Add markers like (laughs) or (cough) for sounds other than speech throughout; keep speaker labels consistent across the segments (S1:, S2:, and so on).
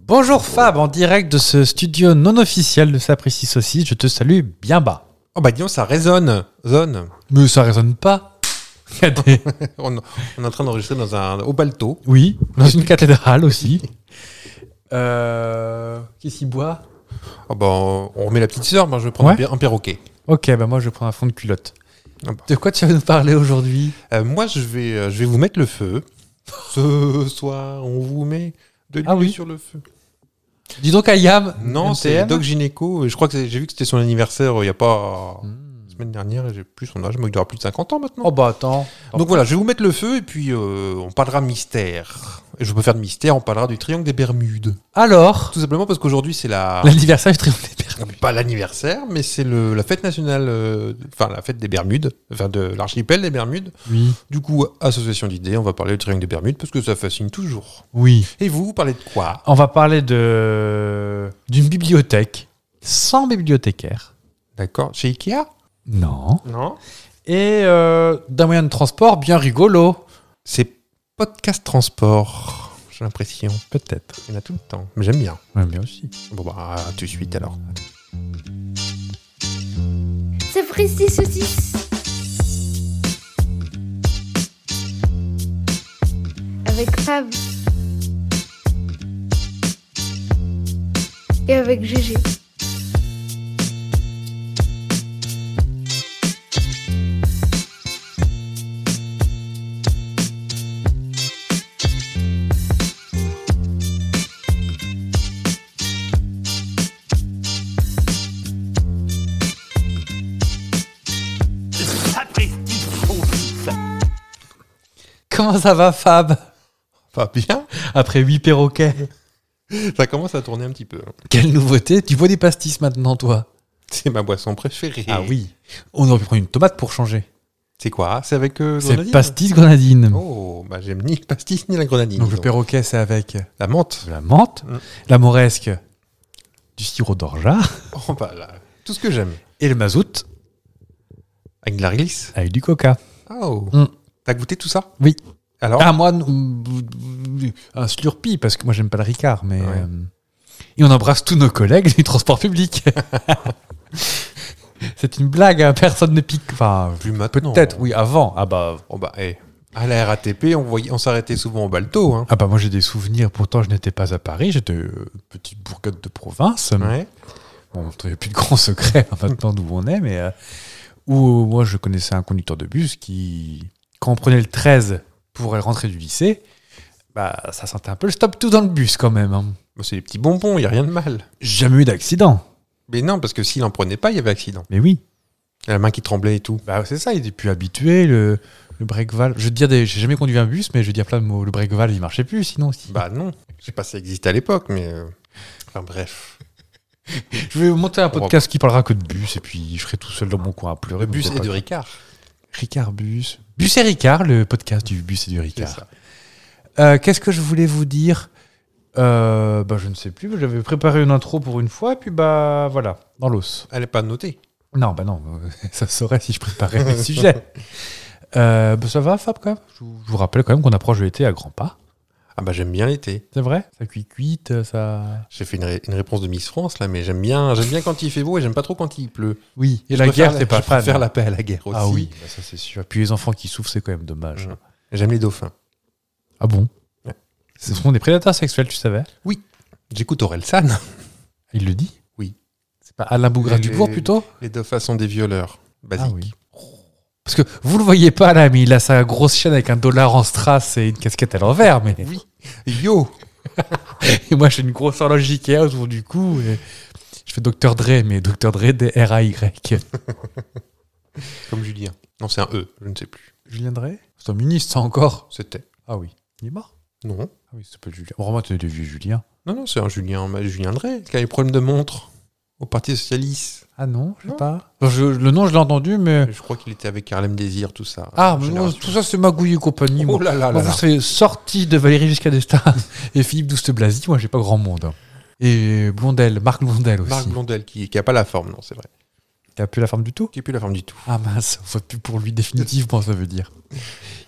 S1: Bonjour Fab, en direct de ce studio non officiel de Sapristi Saucisse, je te salue bien bas.
S2: Oh bah disons, ça résonne. Zone. (laughs)
S1: Mais ça résonne pas. Il y a des-
S2: On, on est en train d'enregistrer dans un au balto.
S1: Oui, dans une cathédrale aussi. Euh, Qui s'y boit
S2: Oh bah, on, on remet la petite sœur, moi je vais prendre
S1: Ouais.
S2: un per- un perroquet.
S1: Ok, bah moi je prends un fond de culotte.
S2: Ah bah.
S1: De quoi tu vas nous parler aujourd'hui
S2: Euh, moi je vais, euh, je vais vous mettre le feu. Ce soir, on vous met de l'huile
S1: Ah oui.
S2: sur le feu.
S1: Dis donc à Yam.
S2: Non, c'est
S1: MTM.
S2: Doc Gynéco. et Je crois que c'est- j'ai vu que c'était son anniversaire euh, il y a pas.
S1: Hmm.
S2: La semaine dernière, et j'ai plus son âge, mais il aura plus de 50 ans maintenant.
S1: Oh bah attends.
S2: Donc voilà, je vais vous mettre le feu et puis euh, on parlera mystère. Et je peux faire de mystère, on parlera du triangle des Bermudes.
S1: Alors,
S2: Tout simplement parce qu'aujourd'hui c'est la...
S1: l'anniversaire du triomphe des Bermudes.
S2: Pas l'anniversaire, mais c'est le- la fête nationale, euh, enfin la fête des Bermudes, enfin de l'archipel des Bermudes.
S1: Oui,
S2: Du coup, association d'idées, on va parler du triangle des Bermudes parce que ça fascine toujours.
S1: oui.
S2: Et vous, vous parlez de quoi
S1: On va parler de d'une bibliothèque sans bibliothécaire.
S2: D'accord Chez Ikea
S1: Non.
S2: Non.
S1: Et euh, d'un moyen de transport bien rigolo.
S2: C'est podcast transport, j'ai l'impression.
S1: Peut-être.
S2: Il y en a tout le temps, mais j'aime bien.
S1: Ouais, bien aussi.
S2: Bon bah, à tout de suite alors.
S3: C'est Fristi Saucisse. Avec Fab. Et avec Gégé.
S1: Comment ça va, Fab
S2: Pas bien (laughs)
S1: Après 8 perroquets.
S2: Ça commence à tourner un petit peu.
S1: Quelle nouveauté Tu bois des pastis maintenant, toi
S2: C'est ma boisson préférée.
S1: Ah oui. On aurait pu prendre une tomate pour changer.
S2: C'est quoi C'est avec euh,
S1: C'est
S2: grenadine
S1: pastis grenadine.
S2: Oh, bah j'aime ni le pastis ni la grenadine.
S1: Donc le
S2: disons.
S1: perroquet, c'est avec
S2: La menthe.
S1: de la menthe,
S2: Mm.
S1: la moresque, du sirop d'orgeat
S2: Oh bah là, tout ce que j'aime.
S1: et le mazout
S2: Avec de la réglisse.
S1: avec du coca.
S2: Oh.
S1: Mm.
S2: T'as goûté tout ça
S1: Oui.
S2: Alors
S1: Ah, moi, n- un slurpee, parce que moi, j'aime pas le Ricard, mais.
S2: Ouais.
S1: euh, et on embrasse tous nos collègues du transport public. (laughs) C'est une blague, hein, personne ne pique. Enfin,
S2: Plus maintenant.
S1: peut-être, oui, avant. Ah bah,
S2: Oh bah, eh. À la RATP, on, voyait- on s'arrêtait souvent au balto. Hein.
S1: ah bah, moi, j'ai des souvenirs. Pourtant, je n'étais pas à Paris, j'étais euh, petite bourgade de province.
S2: Ouais.
S1: Bon, il n'y a plus de grands secrets hein, maintenant d'où on est, mais euh, où euh, moi je connaissais un conducteur de bus qui, quand on prenait le 13 pour rentrer du lycée, bah, ça sentait un peu le stop tout dans le bus quand même. hein.
S2: Bon, c'est des petits bonbons, il a rien de mal.
S1: Jamais eu d'accident.
S2: Mais non, parce que s'il en prenait pas, il y avait accident.
S1: Mais oui.
S2: La main qui tremblait et tout.
S1: Bah, c'est ça, il était plus habitué. Le, le break valve. Je veux dire, des- j'ai jamais conduit un bus, mais je veux dire plein de mots. Le break valve, il marchait plus sinon. si-
S2: Bah non. Je sais pas si ça existait à l'époque, mais. euh, Enfin bref.
S1: Je vais monter un podcast qui parlera que de bus et puis je serai tout seul dans mon coin à pleurer.
S2: Le bus
S1: donc,
S2: et de
S1: pas-
S2: Ricard.
S1: Ricard Bus. Bus et Ricard, le podcast du bus et du
S2: C'est
S1: Ricard.
S2: ça.
S1: Euh, qu'est-ce que je voulais vous dire Euh, bah, Je ne sais plus, mais j'avais préparé une intro pour une fois, et puis bah voilà, dans l'os.
S2: Elle est pas notée.
S1: Non, bah non, (laughs) euh, ça saurait si je préparais le sujet. Euh, bah, ça va, Fab, quand même je, vous- je vous rappelle quand même qu'on approche de l'été à grands pas.
S2: Ah bah j'aime bien l'été.
S1: C'est vrai Ça cuit cuite, euh, ça...
S2: J'ai fait une, ré- une réponse de Miss France là, mais j'aime bien, j'aime bien quand il fait beau et j'aime pas trop quand il pleut.
S1: Oui, et
S2: Je
S1: la
S2: préfère
S1: guerre, c'est pas
S2: Je préfère
S1: fan.
S2: la paix à la guerre aussi.
S1: Ah oui, bah, ça c'est sûr. Puis les enfants qui souffrent, c'est quand même dommage.
S2: Mm. J'aime les dauphins.
S1: Ah bon
S2: Ouais.
S1: Ce sont des prédateurs sexuels, tu savais
S2: J'écoute Aurel San.
S1: Il le dit
S2: Oui.
S1: C'est pas Alain Bougra-Dubourg,
S2: Les-
S1: plutôt
S2: Les dauphins sont des violeurs. Basique.
S1: Ah oui. Parce que vous le voyez pas là, mais il a sa grosse chaîne avec un dollar en strass et une casquette à l'envers. Mais
S2: Oui. Yo
S1: et moi, j'ai une grosse horloge Ikea autour du cou. Et... Je fais Dr Dre, mais Dr Dre D R A Y.
S2: Comme Julien. Non, c'est un E, je ne sais plus.
S1: Julien Dre C'est un ministre, ça encore.
S2: C'était.
S1: Ah oui. Il est mort
S2: Non.
S1: Ah oui, c'est pas Julien. Vraiment, tu es des vieux Julien.
S2: Non, non, c'est un Julien, mais Julien Drey, qui a des problèmes de montre au
S1: (laughs)
S2: Parti Socialiste.
S1: Ah non, je sais
S2: Non.
S1: pas. Enfin, je- le nom, je l'ai entendu, mais.
S2: Je crois qu'il était avec Harlem Désir, tout ça.
S1: Ah,
S2: Génération.
S1: moi, tout ça, c'est Magouille et compagnie.
S2: Oh
S1: moi.
S2: là là là
S1: Moi,
S2: là.
S1: vous savez, sorti de Valérie Giscard d'Estaing (laughs) et Philippe Douste-Blazy, moi, j'ai pas grand monde. hein. Et Blondel, Marc Blondel aussi.
S2: Marc Blondel, qui n'a pas la forme, non, c'est vrai.
S1: T'as plus la forme du tout
S2: Qui n'a plus la forme du tout.
S1: Ah mince, on vote plus pour lui définitivement, ça veut dire.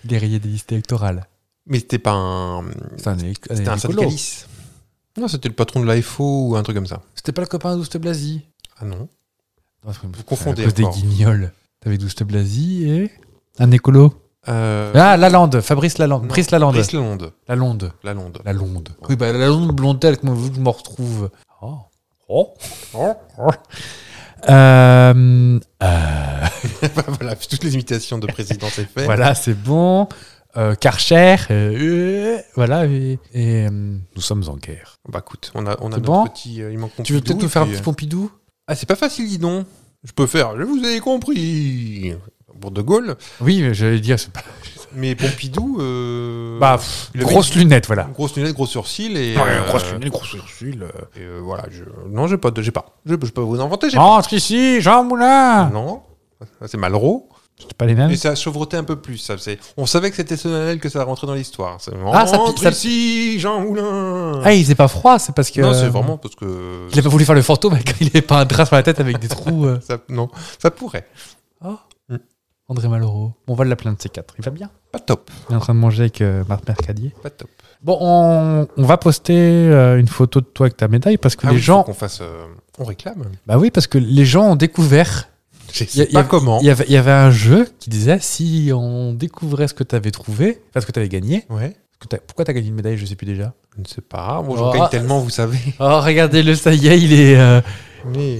S1: Il est rayé des listes électorales.
S2: Mais c'était pas un.
S1: C'est un, élec-
S2: C'était
S1: écolo.
S2: un syndicaliste. Non, c'était le patron de l'AFO ou un truc comme ça.
S1: C'était pas le copain d'Ouste Blasi
S2: Ah non
S1: Vous
S2: confondez
S1: À cause des
S2: encore.
S1: guignols. T'avais Douste Blasi et. Un écolo.
S2: euh,
S1: Ah, Lalande, Fabrice Lalande.
S2: non.
S1: Brice Lalande.
S2: Brice Lalonde.
S1: Lalonde.
S2: Lalonde. (laughs)
S1: Lalonde. Oui, bah Lalonde Blondel, comment vous que je m'en retrouve Oh. Oh. (laughs) Euh, euh,
S2: Bah, voilà, toutes les imitations de président c'est fait.
S1: voilà, c'est bon. Euh, Karcher. euh, euh, voilà, et, et, euh, nous sommes en guerre.
S2: Bah écoute, on a, on a
S1: C'est
S2: notre
S1: bon
S2: petit. euh, il manque
S1: Tu veux
S2: Pompidou,
S1: peut-être nous faire un
S2: et puis,
S1: petit Pompidou
S2: euh, Ah, c'est pas facile, dis donc. Je peux faire. Je vous ai compris. Pour De Gaulle.
S1: Oui, mais j'allais dire. c'est pas-
S2: Mais Pompidou. euh,
S1: Bah, pff,
S2: il avait
S1: grosse lunette, voilà.
S2: une grosse lunette, gros sourcil. Et, euh,
S1: grosse sourcil.
S2: et, euh, voilà. Je... Non, j'ai pas. de- J'ai pas. Je, je peux vous inventer. J'ai
S1: Entre ici, Jean Moulin
S2: Non. Ça, C'est Malraux.
S1: C'était pas les mêmes
S2: Mais ça chevrotait un peu plus. Ça, c'est- on savait que c'était Sonanel que ça rentrait dans l'histoire. C'est-
S1: Ah, ça-
S2: Entre
S1: ça-
S2: ici, Jean Moulin.
S1: Ah, il faisait pas froid, c'est parce que.
S2: non, c'est vraiment parce que.
S1: Il a pas voulu faire le fantôme (laughs) quand il avait pas un drap sur la tête avec des trous. euh.
S2: Ça, non, ça pourrait.
S1: André Malraux. On va l'appeler un de ces quatre. Il va bien.
S2: Pas top.
S1: Il est en train de manger avec euh, Marthe Mercadier.
S2: Pas top.
S1: Bon, on, on va poster euh, une photo de toi avec ta médaille parce que
S2: Ah
S1: les
S2: oui, faut
S1: gens,
S2: qu'on fasse. euh, on réclame.
S1: bah oui, parce que les gens ont découvert.
S2: Je
S1: Y a-
S2: sais
S1: y a-
S2: pas comment.
S1: Il y avait, il y avait un jeu qui disait si on découvrait ce que tu avais trouvé, enfin ce que tu avais gagné.
S2: Ouais.
S1: ce que t'as- pourquoi t'as gagné une médaille Je sais plus déjà.
S2: Je ne sais pas. Moi,
S1: Oh,
S2: j'en gagne
S1: ah,
S2: tellement, vous savez.
S1: Oh, regardez-le, ça y est, il est. euh,
S2: Mais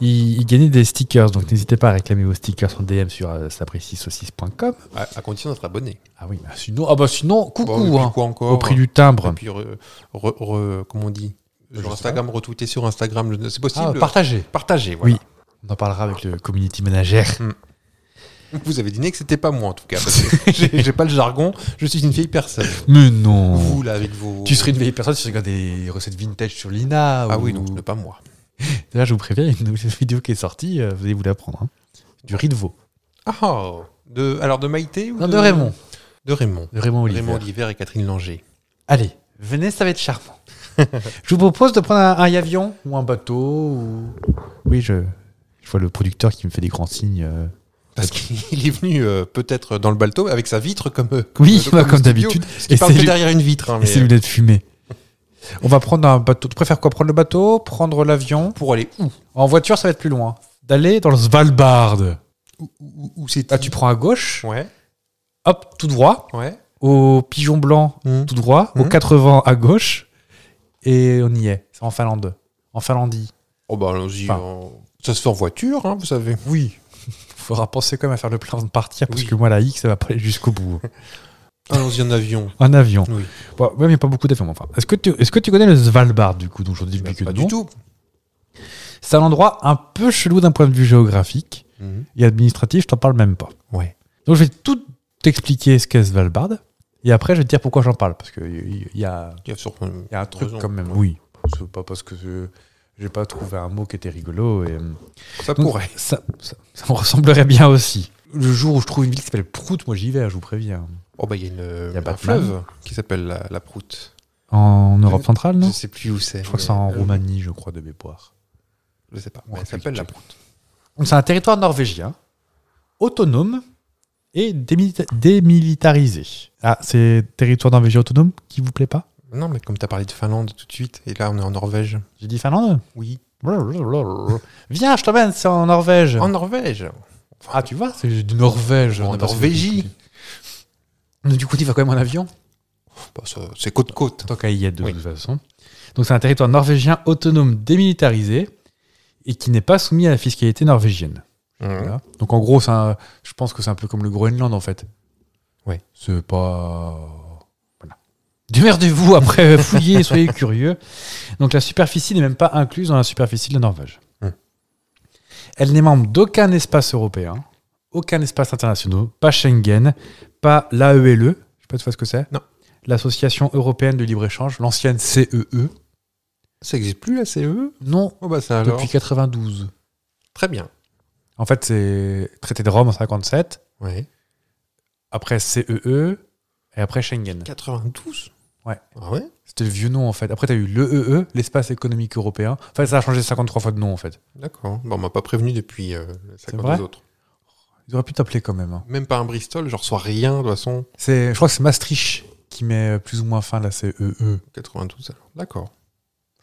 S1: il, il gagnait des stickers, donc n'hésitez pas à réclamer vos stickers en DM sur euh, saprécisaucisse.com.
S2: (laughs) à, à condition d'être abonné.
S1: Ah oui, bah sinon, ah bah sinon, coucou,
S2: Bon, et puis
S1: hein,
S2: quoi encore
S1: au prix
S2: hein.
S1: du timbre.
S2: Et puis, re- re- re- comment on dit
S1: Je sais
S2: Sur Instagram, retweeter sur Instagram. le- C'est possible.
S1: Ah, partagez.
S2: Partagez, voilà.
S1: On en parlera avec le community manager.
S2: Vous avez dîné que c'était pas moi, en tout cas. parce que (laughs) J'ai j'ai pas le jargon. Je suis une vieille personne.
S1: Mais non.
S2: Vous, là, avec vos.
S1: Tu serais une vieille personne si tu regardes des recettes vintage sur Lina.
S2: Ah
S1: ou-
S2: oui, donc ce n'est pas moi.
S1: D'ailleurs, je vous préviens, il y a une nouvelle (laughs) vidéo qui est sortie, euh, vous allez vous la prendre. hein. Du riz de veau.
S2: Ah, oh. de, alors de Maïté ou
S1: Non, de Raymond.
S2: De Raymond.
S1: De Raymond Olivier.
S2: Euh, Raymond Oliver et Catherine Langer.
S1: Allez, venez, ça va être charmant. je vous propose de prendre un, un avion ou un bateau. ou- Oui, je, je vois le producteur qui me fait des grands signes. euh.
S2: Parce qu'il est venu euh, peut-être dans le balto avec sa vitre comme. euh,
S1: Oui,
S2: euh,
S1: bah, comme
S2: studio,
S1: d'habitude.
S2: parce
S1: Et
S2: qu'il parle
S1: c'est
S2: que
S1: lui-
S2: derrière une vitre. hein,
S1: Et
S2: mais,
S1: ses lunettes fumées. On va prendre un bateau. Tu préfères quoi Prendre le bateau Prendre l'avion
S2: euh, pour aller où
S1: En voiture, ça va être plus loin. D'aller dans le Svalbard.
S2: Où, où- où c'est
S1: Là, tu prends à gauche,
S2: Ouais,
S1: hop, tout droit.
S2: ouais.
S1: au pigeon blanc tout droit, au
S2: Mhm.
S1: 80 à gauche, et on y est. C'est en Finlande. En Finlandie.
S2: Oh bah allons-y.
S1: Enfin.
S2: on- Ça se fait en voiture, hein, vous savez.
S1: Oui. (laughs) Faudra penser quand même à faire le plein avant de partir, parce
S2: Oui.
S1: que moi, la X, ça va pas aller jusqu'au bout. hein.
S2: Allons-y en avion. Bah,
S1: Un avion.
S2: Oui.
S1: Bon, (laughs) ouais, mais il y a pas beaucoup d'avions. mais Enfin, est-ce que, tu, est-ce que tu connais le Svalbard, du coup, dont je dis
S2: Bah,
S1: depuis que
S2: pas
S1: non
S2: du tout.
S1: C'est un endroit un peu chelou d'un point de vue géographique
S2: Mhm.
S1: et administratif, je t'en parle même pas.
S2: Ouais.
S1: Donc, je vais tout t'expliquer ce qu'est Svalbard, et après, je vais te dire pourquoi j'en parle, parce qu'il y a
S2: Il y a sur-
S1: Il y a un truc
S2: raison.
S1: quand même.
S2: Ouais.
S1: Oui. C'est pas parce que je- j'ai pas trouvé un mot qui était rigolo. Et... euh,
S2: Ça
S1: Donc,
S2: pourrait.
S1: Ça, ça, ça me ressemblerait bien aussi. Le jour où je trouve une ville qui s'appelle Prout, moi j'y vais, hein, je vous préviens.
S2: Oh bah il y a, une,
S1: Il y a
S2: un
S1: Batman.
S2: fleuve qui s'appelle la, la Proute.
S1: En Europe centrale,
S2: Je
S1: non
S2: sais plus où c'est.
S1: Je crois que
S2: mais-
S1: c'est en
S2: euh,
S1: Roumanie, je crois, de mémoire.
S2: Je sais pas.
S1: Ouais,
S2: mais ça s'appelle
S1: c'est-
S2: la Proute.
S1: Donc c'est un territoire norvégien, autonome et démilita- démilitarisé. Ah, c'est territoire norvégien autonome qui vous plaît pas
S2: Non, mais comme t'as parlé de Finlande tout de suite, et là on est en Norvège.
S1: J'ai dit Finlande
S2: Oui.
S1: Blablabla. Viens, je t'emmène, c'est en Norvège.
S2: En Norvège.
S1: Ah, tu vois, c'est du Norvège.
S2: En
S1: on a pas
S2: Norvégie.
S1: fait le- Mais du coup, tu vas quand même en avion
S2: Bah, ça- c'est côte-côte.
S1: Tant qu'à y être de
S2: Oui.
S1: toute façon. Donc, c'est un territoire norvégien autonome démilitarisé et qui n'est pas soumis à la fiscalité norvégienne.
S2: Hein
S1: Voilà. Donc, en gros, c'est un- je pense que c'est un peu comme le Groenland en fait.
S2: Ouais.
S1: C'est pas. Voilà. Démerdez-vous après, euh,
S2: (laughs)
S1: fouillez, soyez curieux. Donc, la superficie n'est même pas incluse dans la superficie de la Norvège.
S2: Hum.
S1: Elle n'est membre d'aucun espace européen, aucun espace international, pas Schengen, pas l'AELE, je ne sais pas tu vois ce que c'est
S2: Non.
S1: L'Association européenne de libre-échange, l'ancienne CEE.
S2: Ça n'existe plus la CE
S1: Non,
S2: Oh bah ça alors.
S1: depuis 92.
S2: Très bien.
S1: En fait, c'est traité de Rome en 57,
S2: Ouais.
S1: après CEE et après Schengen.
S2: 92
S1: Ouais.
S2: Ah ouais
S1: C'était le vieux nom en fait. Après, tu as eu l'EEE, l'espace économique européen. Enfin, ça a changé 53 fois de nom en fait.
S2: D'accord. Bon, on m'a pas prévenu depuis euh, les cinquante
S1: vrai
S2: autres.
S1: Ils auraient pu t'appeler quand même. hein.
S2: Même pas un Bristol, je reçois rien de toute façon.
S1: C'est, je crois que c'est Maastricht qui met euh, plus ou moins fin à la CEE,
S2: 92 alors. D'accord.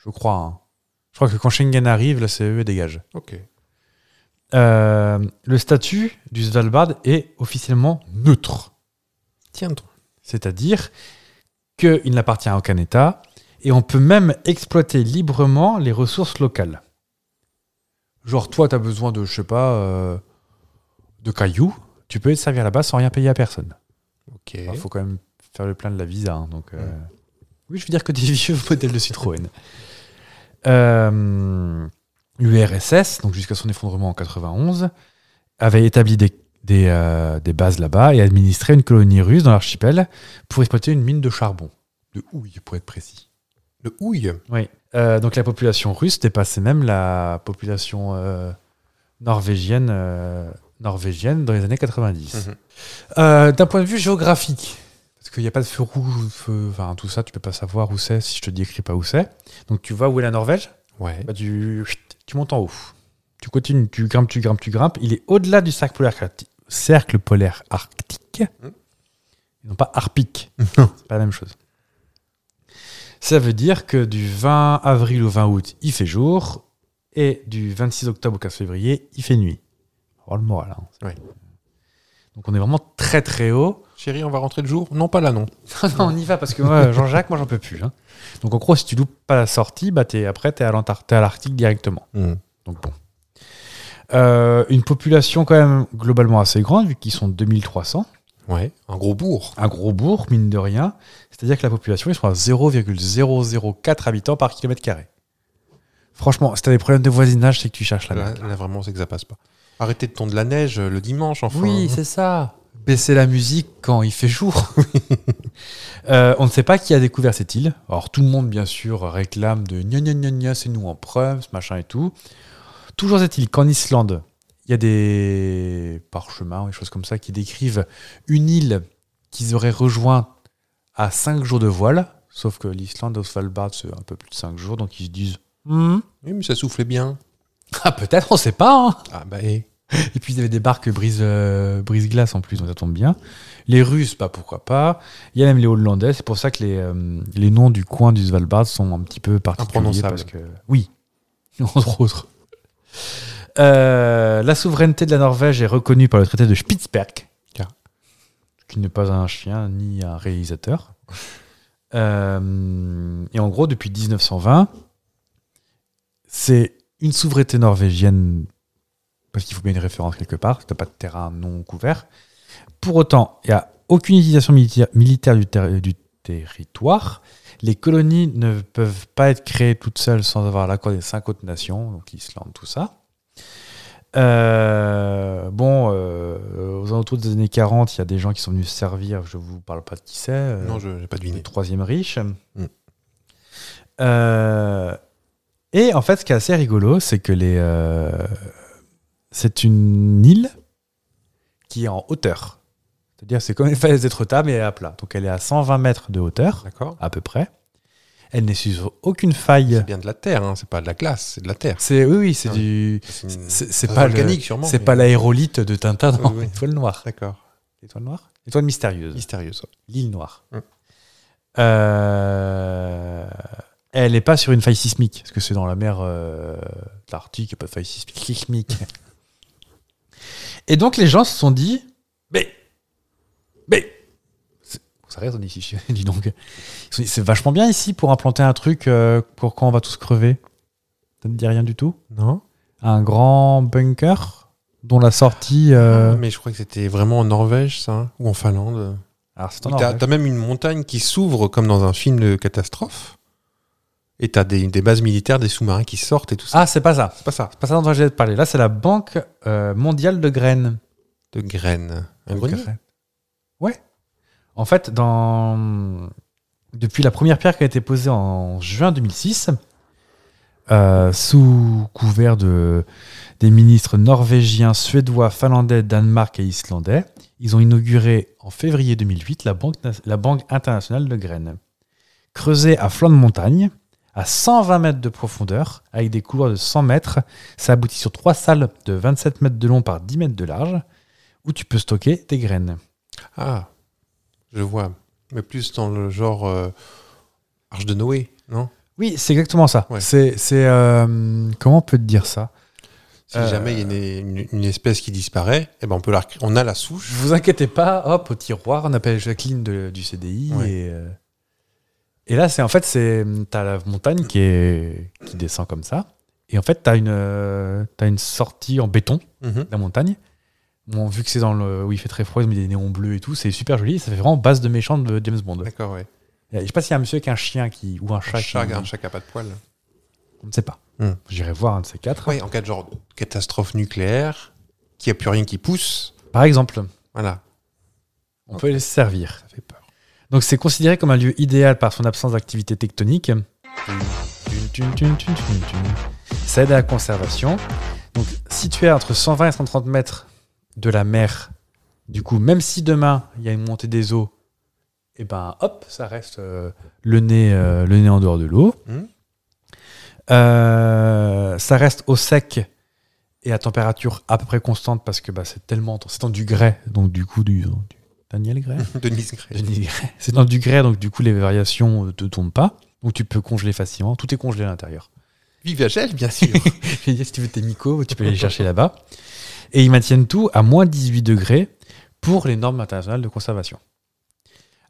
S1: je crois. hein. Je crois que quand Schengen arrive, la CEE dégage.
S2: Ok.
S1: Euh, le statut du Svalbard est officiellement neutre.
S2: Tiens, donc.
S1: c'est-à-dire qu'il n'appartient à aucun État et on peut même exploiter librement les ressources locales. Genre, toi, tu as besoin de, je sais pas, euh, de cailloux, tu peux te servir là-bas sans rien payer à personne.
S2: Ok.
S1: Il faut quand même faire le plein de la visa. hein, donc, euh, Oui, je veux dire que des (laughs) vieux modèles de Citroën. (laughs) Euh, L'URSS, donc jusqu'à son effondrement en 91, avait établi des, des, euh, des bases là-bas et administré une colonie russe dans l'archipel pour exploiter une mine de charbon. De houille, pour être précis.
S2: Le houille.
S1: Oui. Euh, donc la population russe dépassait même la population euh, norvégienne, euh, norvégienne dans les années 90.
S2: Mhm.
S1: Euh, D'un point de vue géographique, parce qu'il n'y a pas de feu rouge, feu, enfin tout ça, tu peux pas savoir où c'est si je te décris pas où c'est. Donc tu vois où est la Norvège
S2: Ouais.
S1: bah, tu, chut, tu montes en haut. Tu continues, tu grimpes, tu grimpes, tu grimpes. Il est au-delà du cercle polaire, arcti- cercle polaire arctique.
S2: Hmm.
S1: Non pas arpique. C'est pas la même chose. Ça veut dire que du 20 avril au 20 août, il fait jour. Et du 26 octobre au 15 février, il fait nuit. Oh, le moral. hein.
S2: Ouais.
S1: Donc on est vraiment très très haut. (laughs)
S2: Chérie, on va rentrer le jour Non, pas là, non.
S1: Non, non, on y va parce que moi, Jean-Jacques, moi, j'en peux plus. hein. Donc, en gros, si tu loupes pas la sortie, bah, t'es- après, t'es à l'Antar- t'es à l'Arctique directement.
S2: Mm.
S1: Donc, bon. Euh, une population, quand même, globalement assez grande, vu qu'ils sont 2300.
S2: Ouais. Un gros bourg.
S1: Un gros bourg, mine de rien. C'est-à-dire que la population, ils sont à 0,004 habitants par kilomètre carré. Franchement, si t'as des problèmes de voisinage, c'est que tu cherches la
S2: Là,
S1: merde.
S2: là, vraiment, c'est que ça passe pas. Arrêtez de tondre la neige euh, le dimanche, enfin.
S1: Oui, c'est ça. hein. Baisser la musique quand il fait jour. (laughs) Euh, on ne sait pas qui a découvert cette île. Alors tout le monde, bien sûr, réclame de gna gna gna gna, c'est nous en preuve, ce machin et tout. Toujours est-il qu'en Islande, il y a des parchemins ou des choses comme ça qui décrivent une île qu'ils auraient rejoint à 5 jours de voile. Sauf que l'Islande au Svalbard, c'est un peu plus de 5 jours, donc ils se disent Hmm,
S2: Oui, mais ça soufflait bien.
S1: Ah, peut-être, on ne sait pas. hein.
S2: Ah, bah, eh.
S1: Et puis ils avaient des barques brise, euh, brise-glace en plus, donc ça tombe bien. Les Russes, bah pourquoi pas. Il y a même les Hollandais, c'est pour ça que les, euh, les noms du coin du Svalbard sont un petit peu particuliers.
S2: Imprononçables.
S1: Parce que, oui, (laughs) entre autres. Euh, la souveraineté de la Norvège est reconnue par le traité de Spitzberg,
S2: Tiens.
S1: qui n'est pas un chien ni un réalisateur. Euh, et en gros, depuis 1920, c'est une souveraineté norvégienne, parce qu'il faut bien une référence quelque part, t'as pas de terrain non couvert. Pour autant, il n'y a aucune utilisation militaire, militaire du, ter- du territoire. Les colonies ne peuvent pas être créées toutes seules sans avoir l'accord des cinq autres nations, donc Islande, tout ça. Euh, bon, euh, aux alentours des années 40, il y a des gens qui sont venus se servir, je vous parle pas de qui c'est. euh,
S2: Non, je n'ai pas
S1: le
S2: deviné.
S1: troisième riche.
S2: Mm.
S1: Euh, et en fait, ce qui est assez rigolo, c'est que les, euh, c'est une île qui est en hauteur. C'est-à-dire, c'est comme une falaise d'Étretat, mais elle est à plat. Donc, elle est à 120 mètres de hauteur,
S2: D'accord.
S1: à peu près. Elle n'est sur aucune faille.
S2: C'est bien de la terre, hein. c'est pas de la glace, c'est de la terre.
S1: C'est oui, oui, c'est
S2: Ah
S1: du,
S2: C'est une-
S1: c'est c'est
S2: Ah,
S1: pas le-
S2: volcanique, sûrement.
S1: c'est
S2: mais-
S1: pas l'aérolite de Tintin dans
S2: Oui, oui.
S1: l'étoile noire.
S2: D'accord.
S1: L'étoile noire, l'étoile mystérieuse.
S2: Mystérieuse.
S1: L'île Noire.
S2: Mm.
S1: Euh, elle n'est pas sur une faille sismique, parce que c'est dans la mer euh, de l'Arctique, il n'y a pas de faille sismique. sismique. (laughs) Et donc les gens se sont dit, mais, mais, c'est- ça reste, on dit, si- (laughs) dis donc, Ils se sont dit, c'est vachement bien ici pour implanter un truc euh, pour quand on va tous crever. Ça ne dit rien du tout
S2: Non
S1: Un grand bunker dont la sortie... euh,
S2: Ah Mais je crois que c'était vraiment en Norvège, ça, hein, ou en Finlande.
S1: alors c'est en
S2: T'as
S1: Norvège.
S2: t'as même une montagne qui s'ouvre comme dans un film de catastrophe. Et t'as des, des bases militaires, des sous-marins qui sortent et tout ça.
S1: Ah, c'est pas ça.
S2: c'est pas ça.
S1: C'est pas ça dont j'ai parlé. Là, c'est la Banque euh, mondiale de graines.
S2: De graines. Un
S1: Le
S2: grenier
S1: grain. Ouais. En fait, dans... depuis la première pierre qui a été posée en juin 2006, euh, sous couvert de, des ministres norvégiens, suédois, finlandais, Danemark et islandais, ils ont inauguré en février 2008 la Banque, na- la banque internationale de graines. Creusée à flanc de montagne, à 120 mètres de profondeur, avec des couloirs de 100 mètres, ça aboutit sur trois salles de 27 mètres de long par 10 mètres de large où tu peux stocker tes graines.
S2: Ah, je vois. Mais plus dans le genre euh, Arche de Noé, non
S1: Oui, c'est exactement ça.
S2: Ouais.
S1: C'est, c'est, euh, comment on peut te dire ça
S2: Si
S1: Euh,
S2: jamais il y a une, une- une espèce qui disparaît, eh ben on, peut la, recré- on a la souche.
S1: Je vous inquiétez pas, hop, au tiroir, on appelle Jacqueline de- du CDI.
S2: Ouais.
S1: Et, euh, et là, c'est en fait, c'est t'as la montagne qui, est, qui descend comme ça. Et en fait, t'as une, euh, t'as une sortie en béton
S2: Mhm.
S1: de la montagne. Bon, vu que c'est dans le où il fait très froid, ils ont mis des néons bleus et tout, c'est super joli. Ça fait vraiment base de méchant de James Bond.
S2: D'accord, ouais.
S1: Je sais pas s'il y a un monsieur avec un chien qui ou un chat.
S2: Un chat,
S1: qui,
S2: un chat qui a pas de poils.
S1: On ne sait pas.
S2: Hum.
S1: J'irai voir un de ces quatre.
S2: Ouais, en cas de genre catastrophe nucléaire, qu'il n'y a plus rien qui pousse,
S1: Par exemple,
S2: voilà,
S1: on peut les servir.
S2: ça fait peur.
S1: Donc c'est considéré comme un lieu idéal par son absence d'activité tectonique. Tun, tun, tun, tun, tun, tun. Ça aide à la conservation. Donc situé à entre 120 et 130 mètres de la mer, du coup, même si demain il y a une montée des eaux, et ben hop, ça reste euh, le, nez, euh, le nez en dehors de l'eau.
S2: Mhm.
S1: Euh, ça reste au sec et à température à peu près constante parce que bah, c'est tellement c'est dans du grès, donc du coup du, du Daniel (laughs) Grès.
S2: Denise Gray.
S1: Denis Gray. C'est dans du grès, donc du coup, les variations euh, ne tombent pas. Donc tu peux congeler facilement. Tout est congelé à l'intérieur.
S2: Vive la gel, bien sûr.
S1: (laughs) Je veux dire, si tu veux tes micos, tu peux les chercher là-bas. Et ils maintiennent tout à moins 18 degrés pour les normes internationales de conservation.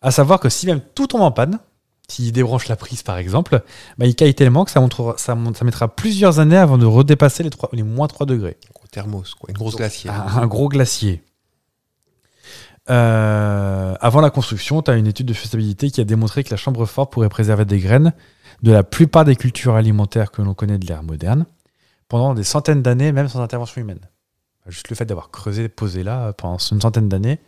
S1: À savoir que si même tout tombe en panne, s'ils débranchent la prise par exemple, bah, il caille tellement que ça, montrera- ça, mon- ça mettra plusieurs années avant de redépasser les, trois- les moins 3 degrés.
S2: Gros thermos, quoi. Une grosse glacière.
S1: Ah, Un, un gros glacier. Euh, avant la construction, tu as une étude de faisabilité qui a démontré que la chambre forte pourrait préserver des graines de la plupart des cultures alimentaires que l'on connaît de l'ère moderne pendant des centaines d'années, même sans intervention humaine. Juste le fait d'avoir creusé, posé là euh, pendant une centaine d'années,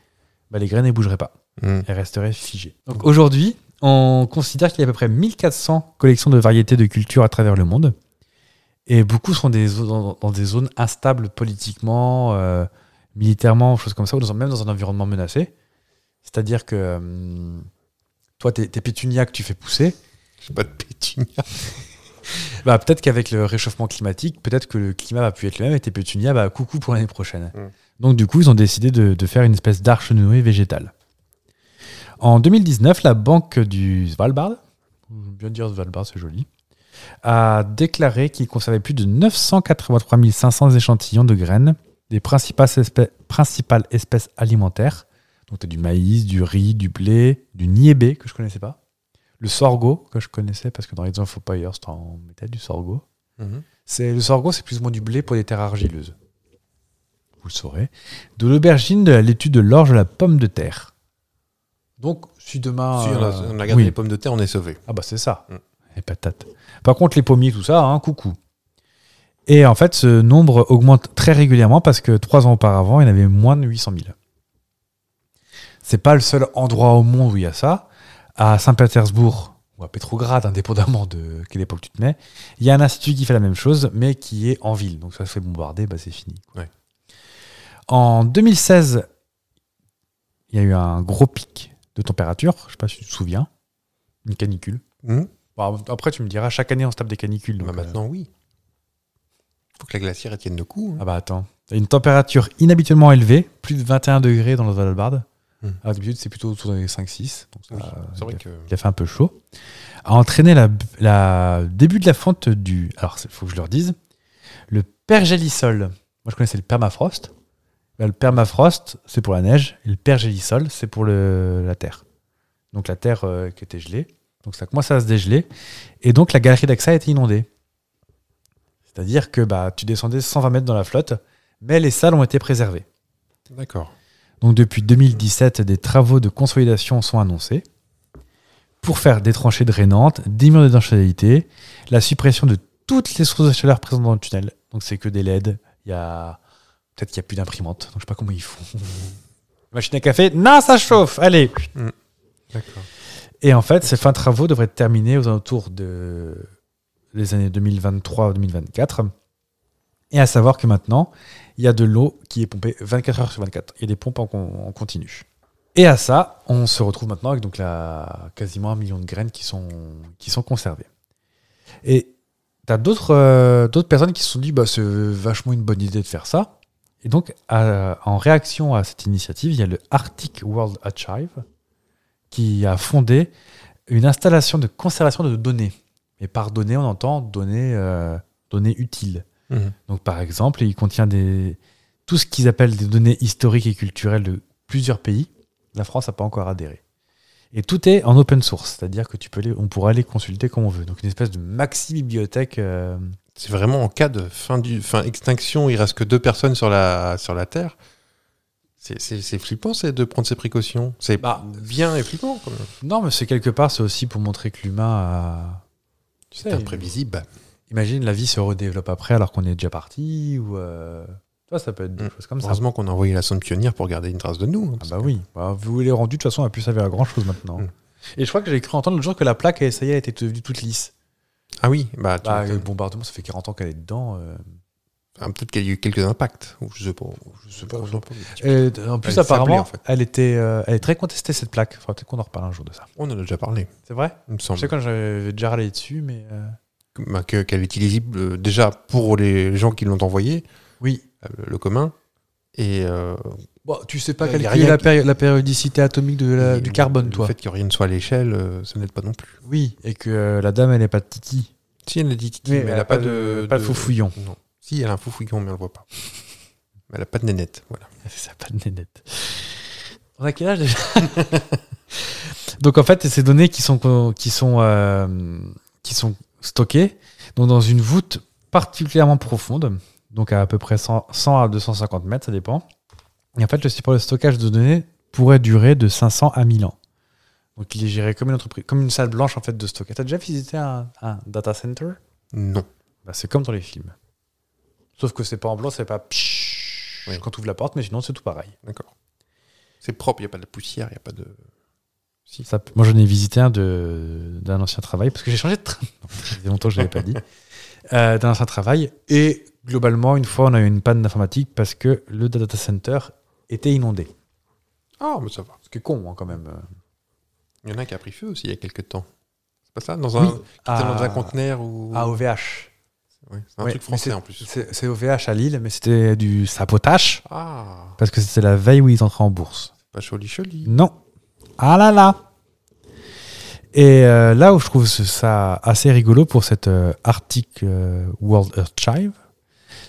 S1: bah, les graines ne bougeraient pas.
S2: Mhm.
S1: Elles resteraient figées. Donc aujourd'hui, on considère qu'il y a à peu près 1400 collections de variétés de cultures à travers le monde. Et beaucoup sont des, zo- dans, dans des zones instables politiquement, euh, militairement, choses comme ça, ou dans un- même dans un environnement menacé. C'est-à-dire que hum, toi, tes, tes pétunias que tu fais pousser,
S2: J'ai pas de pétunia.
S1: bah, peut-être qu'avec le réchauffement climatique, peut-être que le climat va plus être le même et tes pétunias, bah, coucou pour l'année prochaine.
S2: Mm.
S1: Donc du coup, ils ont décidé de, de faire une espèce d'arche nouée végétale. En 2019, la banque du Svalbard, j'aime bien dire Svalbard, c'est joli, a déclaré qu'il conservait plus de 983 500 échantillons de graines des principales, espè- principales espèces alimentaires. Donc tu as du maïs, du riz, du blé, du niébé que je connaissais pas, le sorgho que je connaissais parce que dans les infos payeurs, on mettait du sorgho.
S2: Mhm.
S1: C'est le sorgho, c'est plus ou moins du blé pour des terres argileuses. Vous le saurez. De l'aubergine, de la laitue, de l'orge, de la pomme de terre. Donc, si demain.
S2: Si on a,
S1: euh,
S2: on a gardé
S1: oui.
S2: les pommes de terre, on est sauvé.
S1: Ah bah c'est ça.
S2: Mm.
S1: Les patates. Par contre, les pommiers, tout ça, hein, coucou. Et en fait, ce nombre augmente très régulièrement parce que trois ans auparavant, il y en avait moins de 800 000. C'est pas le seul endroit au monde où il y a ça. À Saint-Pétersbourg, ou à Pétrograd, indépendamment de quelle époque tu te mets, il y a un institut qui fait la même chose, mais qui est en ville. Donc ça se fait bombarder, bah, c'est fini. quoi.
S2: Ouais.
S1: En 2016, il y a eu un gros pic de température. Je sais pas si tu te souviens. Une canicule.
S2: Mhm.
S1: Bon, Bah, après, tu me diras, chaque année, on se tape des canicules. donc,
S2: Bah, maintenant, oui. Faut que la glacière elle tienne le coup.
S1: euh,
S2: hein.
S1: Ah bah attends. T'as une température inhabituellement élevée, plus de 21 degrés dans le Svalbard.
S2: Hmm.
S1: Alors d'habitude, c'est plutôt autour des 5-6. donc ça,
S2: Oui,
S1: euh,
S2: c'est vrai
S1: il a-
S2: que.
S1: Il a fait un peu chaud. A entraîné la, la début de la fente du. Alors, il faut que je leur dise. Le pergélisol. Moi, je connaissais le permafrost. Bah, le permafrost, c'est pour la neige. Et le pergélisol, c'est pour le, la terre. Donc, la terre euh, qui était gelée. Donc, ça commence à se dégeler. Et donc, la galerie d'accès a été inondée. C'est-à-dire que bah, tu descendais 120 mètres dans la flotte, mais les salles ont été préservées.
S2: D'accord.
S1: Donc depuis 2017, des travaux de consolidation sont annoncés pour faire des tranchées drainantes, des murs de d'enchalité, la suppression de toutes les sources de chaleur présentes dans le tunnel. Donc c'est que des LED, il y a peut-être qu'il n'y a plus d'imprimante, donc je sais pas comment ils font. (laughs) Machine à café, non ça chauffe, allez.
S2: D'accord.
S1: Et en fait, ces fins de travaux devraient être terminés aux alentours de les années 2023-2024. Et à savoir que maintenant, il y a de l'eau qui est pompée 24 heures sur 24. Il y a des pompes en, con- en continu. Et à ça, on se retrouve maintenant avec donc la, quasiment un million de graines qui sont, qui sont conservées. Et tu as d'autres euh, d'autres personnes qui se sont dit bah, c'est vachement une bonne idée de faire ça. Et donc, à- en réaction à cette initiative, il y a le Arctic World Archive, qui a fondé une installation de conservation de données. Et par données, on entend données, euh, données utiles.
S2: Mhm.
S1: Donc, par exemple, il contient des, tout ce qu'ils appellent des données historiques et culturelles de plusieurs pays. La France n'a pas encore adhéré. Et tout est en open source, c'est-à-dire que tu peux les, on pourra les consulter comme on veut. Donc, une espèce de maxi bibliothèque. euh,
S2: C'est vraiment en cas de fin, du, fin extinction, il reste que deux personnes sur la, sur la Terre. C'est- C'est c'est flippant, c'est de prendre ces précautions. C'est
S1: Bah,
S2: bien et flippant, quand même.
S1: Non, mais c'est quelque part, c'est aussi pour montrer que l'humain a. Tu
S2: C'est
S1: sais,
S2: imprévisible.
S1: Imagine, la vie se redéveloppe après alors qu'on est déjà parti. Ou euh, tu vois, ça peut être des
S2: Mm.
S1: choses comme ça.
S2: Heureusement qu'on a envoyé la sonde pionnière pour garder une trace de nous. hein,
S1: Ah
S2: parce
S1: bah
S2: que-
S1: oui, Bah, vous les rendus, de toute façon, on a pu servir à grand chose maintenant.
S2: Mm.
S1: Et je crois que j'ai cru entendre le jour que la plaque, elle, ça y est, elle était devenue toute lisse.
S2: Ah oui, bah, tu
S1: Bah,
S2: m'étonnes.
S1: le bombardement, ça fait 40 ans qu'elle est dedans. euh.
S2: Ah, peut-être qu'il y a eu quelques impacts. Ou je sais pas. Je sais pas.
S1: Et, euh, en plus,
S2: Elle est sablée,
S1: apparemment,
S2: en fait.
S1: elle, était, euh, elle est très contestée, cette plaque. Faudrait peut-être qu'on en reparle un jour de ça.
S2: On en a déjà parlé,
S1: C'est vrai
S2: il me
S1: Je sais
S2: semble.
S1: quand j'avais déjà râlé dessus, mais. euh,
S2: Que- bah, que- Qu'elle est illisible euh, déjà pour les gens qui l'ont envoyé,
S1: Oui.
S2: euh, le, le commun. Et euh,
S1: Bon, tu sais pas
S2: Ouais, y a
S1: calculer
S2: rien
S1: la,
S2: qui-
S1: péri- la périodicité atomique de la-
S2: et
S1: du carbone,
S2: le
S1: toi.
S2: Le fait que rien ne soit à l'échelle, euh, ça n'aide pas non plus.
S1: Oui, et que euh, la dame, elle n'est pas de titi.
S2: Si, elle a dit titi,
S1: Oui,
S2: mais, elle n'a pas, de.
S1: euh, pas de foufouillon.
S2: Non. Si, elle a un foufouillon, mais on le voit pas. Mais elle n'a pas de nénette. Voilà.
S1: Ah, C'est ça, pas de nénette. On a quel âge déjà (laughs) Donc en fait, c'est ces données qui sont, qui, sont, euh, qui sont stockées donc dans une voûte particulièrement profonde, donc à à peu près 100, 100 à 250 mètres, ça dépend. Et en fait, le support de stockage de données pourrait durer de 500 à 1000 ans. Donc il est géré comme une entreprise, comme une salle blanche en fait de stockage. T'as déjà visité un, un data center
S2: Non.
S1: Bah, C'est comme dans les films. Sauf que c'est pas en blanc, c'est pas
S2: Oui.
S1: quand tu ouvres la porte, mais sinon c'est tout pareil.
S2: D'accord. C'est propre, il n'y a pas de poussière, il n'y a pas de.
S1: Ça peut- moi, j'en ai visité un de- d'un ancien travail, parce que j'ai changé de travail. (laughs) Ça faisait longtemps que je l'avais pas dit. Euh, d'un ancien travail. Et globalement, une fois, on a eu une panne d'informatique parce que le data center était inondé.
S2: Ah, mais ça va.
S1: Ce qui est con, hein, quand même.
S2: Il y en a un qui a pris feu aussi il y a quelques temps. C'est pas ça Dans un, qui était dans
S1: Ah.
S2: un conteneur ou.
S1: à OVH.
S2: Ouais, c'est un
S1: Ouais,
S2: truc
S1: mais
S2: français en plus.
S1: C'est c'est OVH à Lille, mais c'était du sapotage,
S2: Ah,
S1: parce que c'était la veille où ils entraient en bourse.
S2: pas joli joli.
S1: Non. Ah là là. Et euh, là où je trouve ce- ça assez rigolo pour cette euh, article euh, World Archive,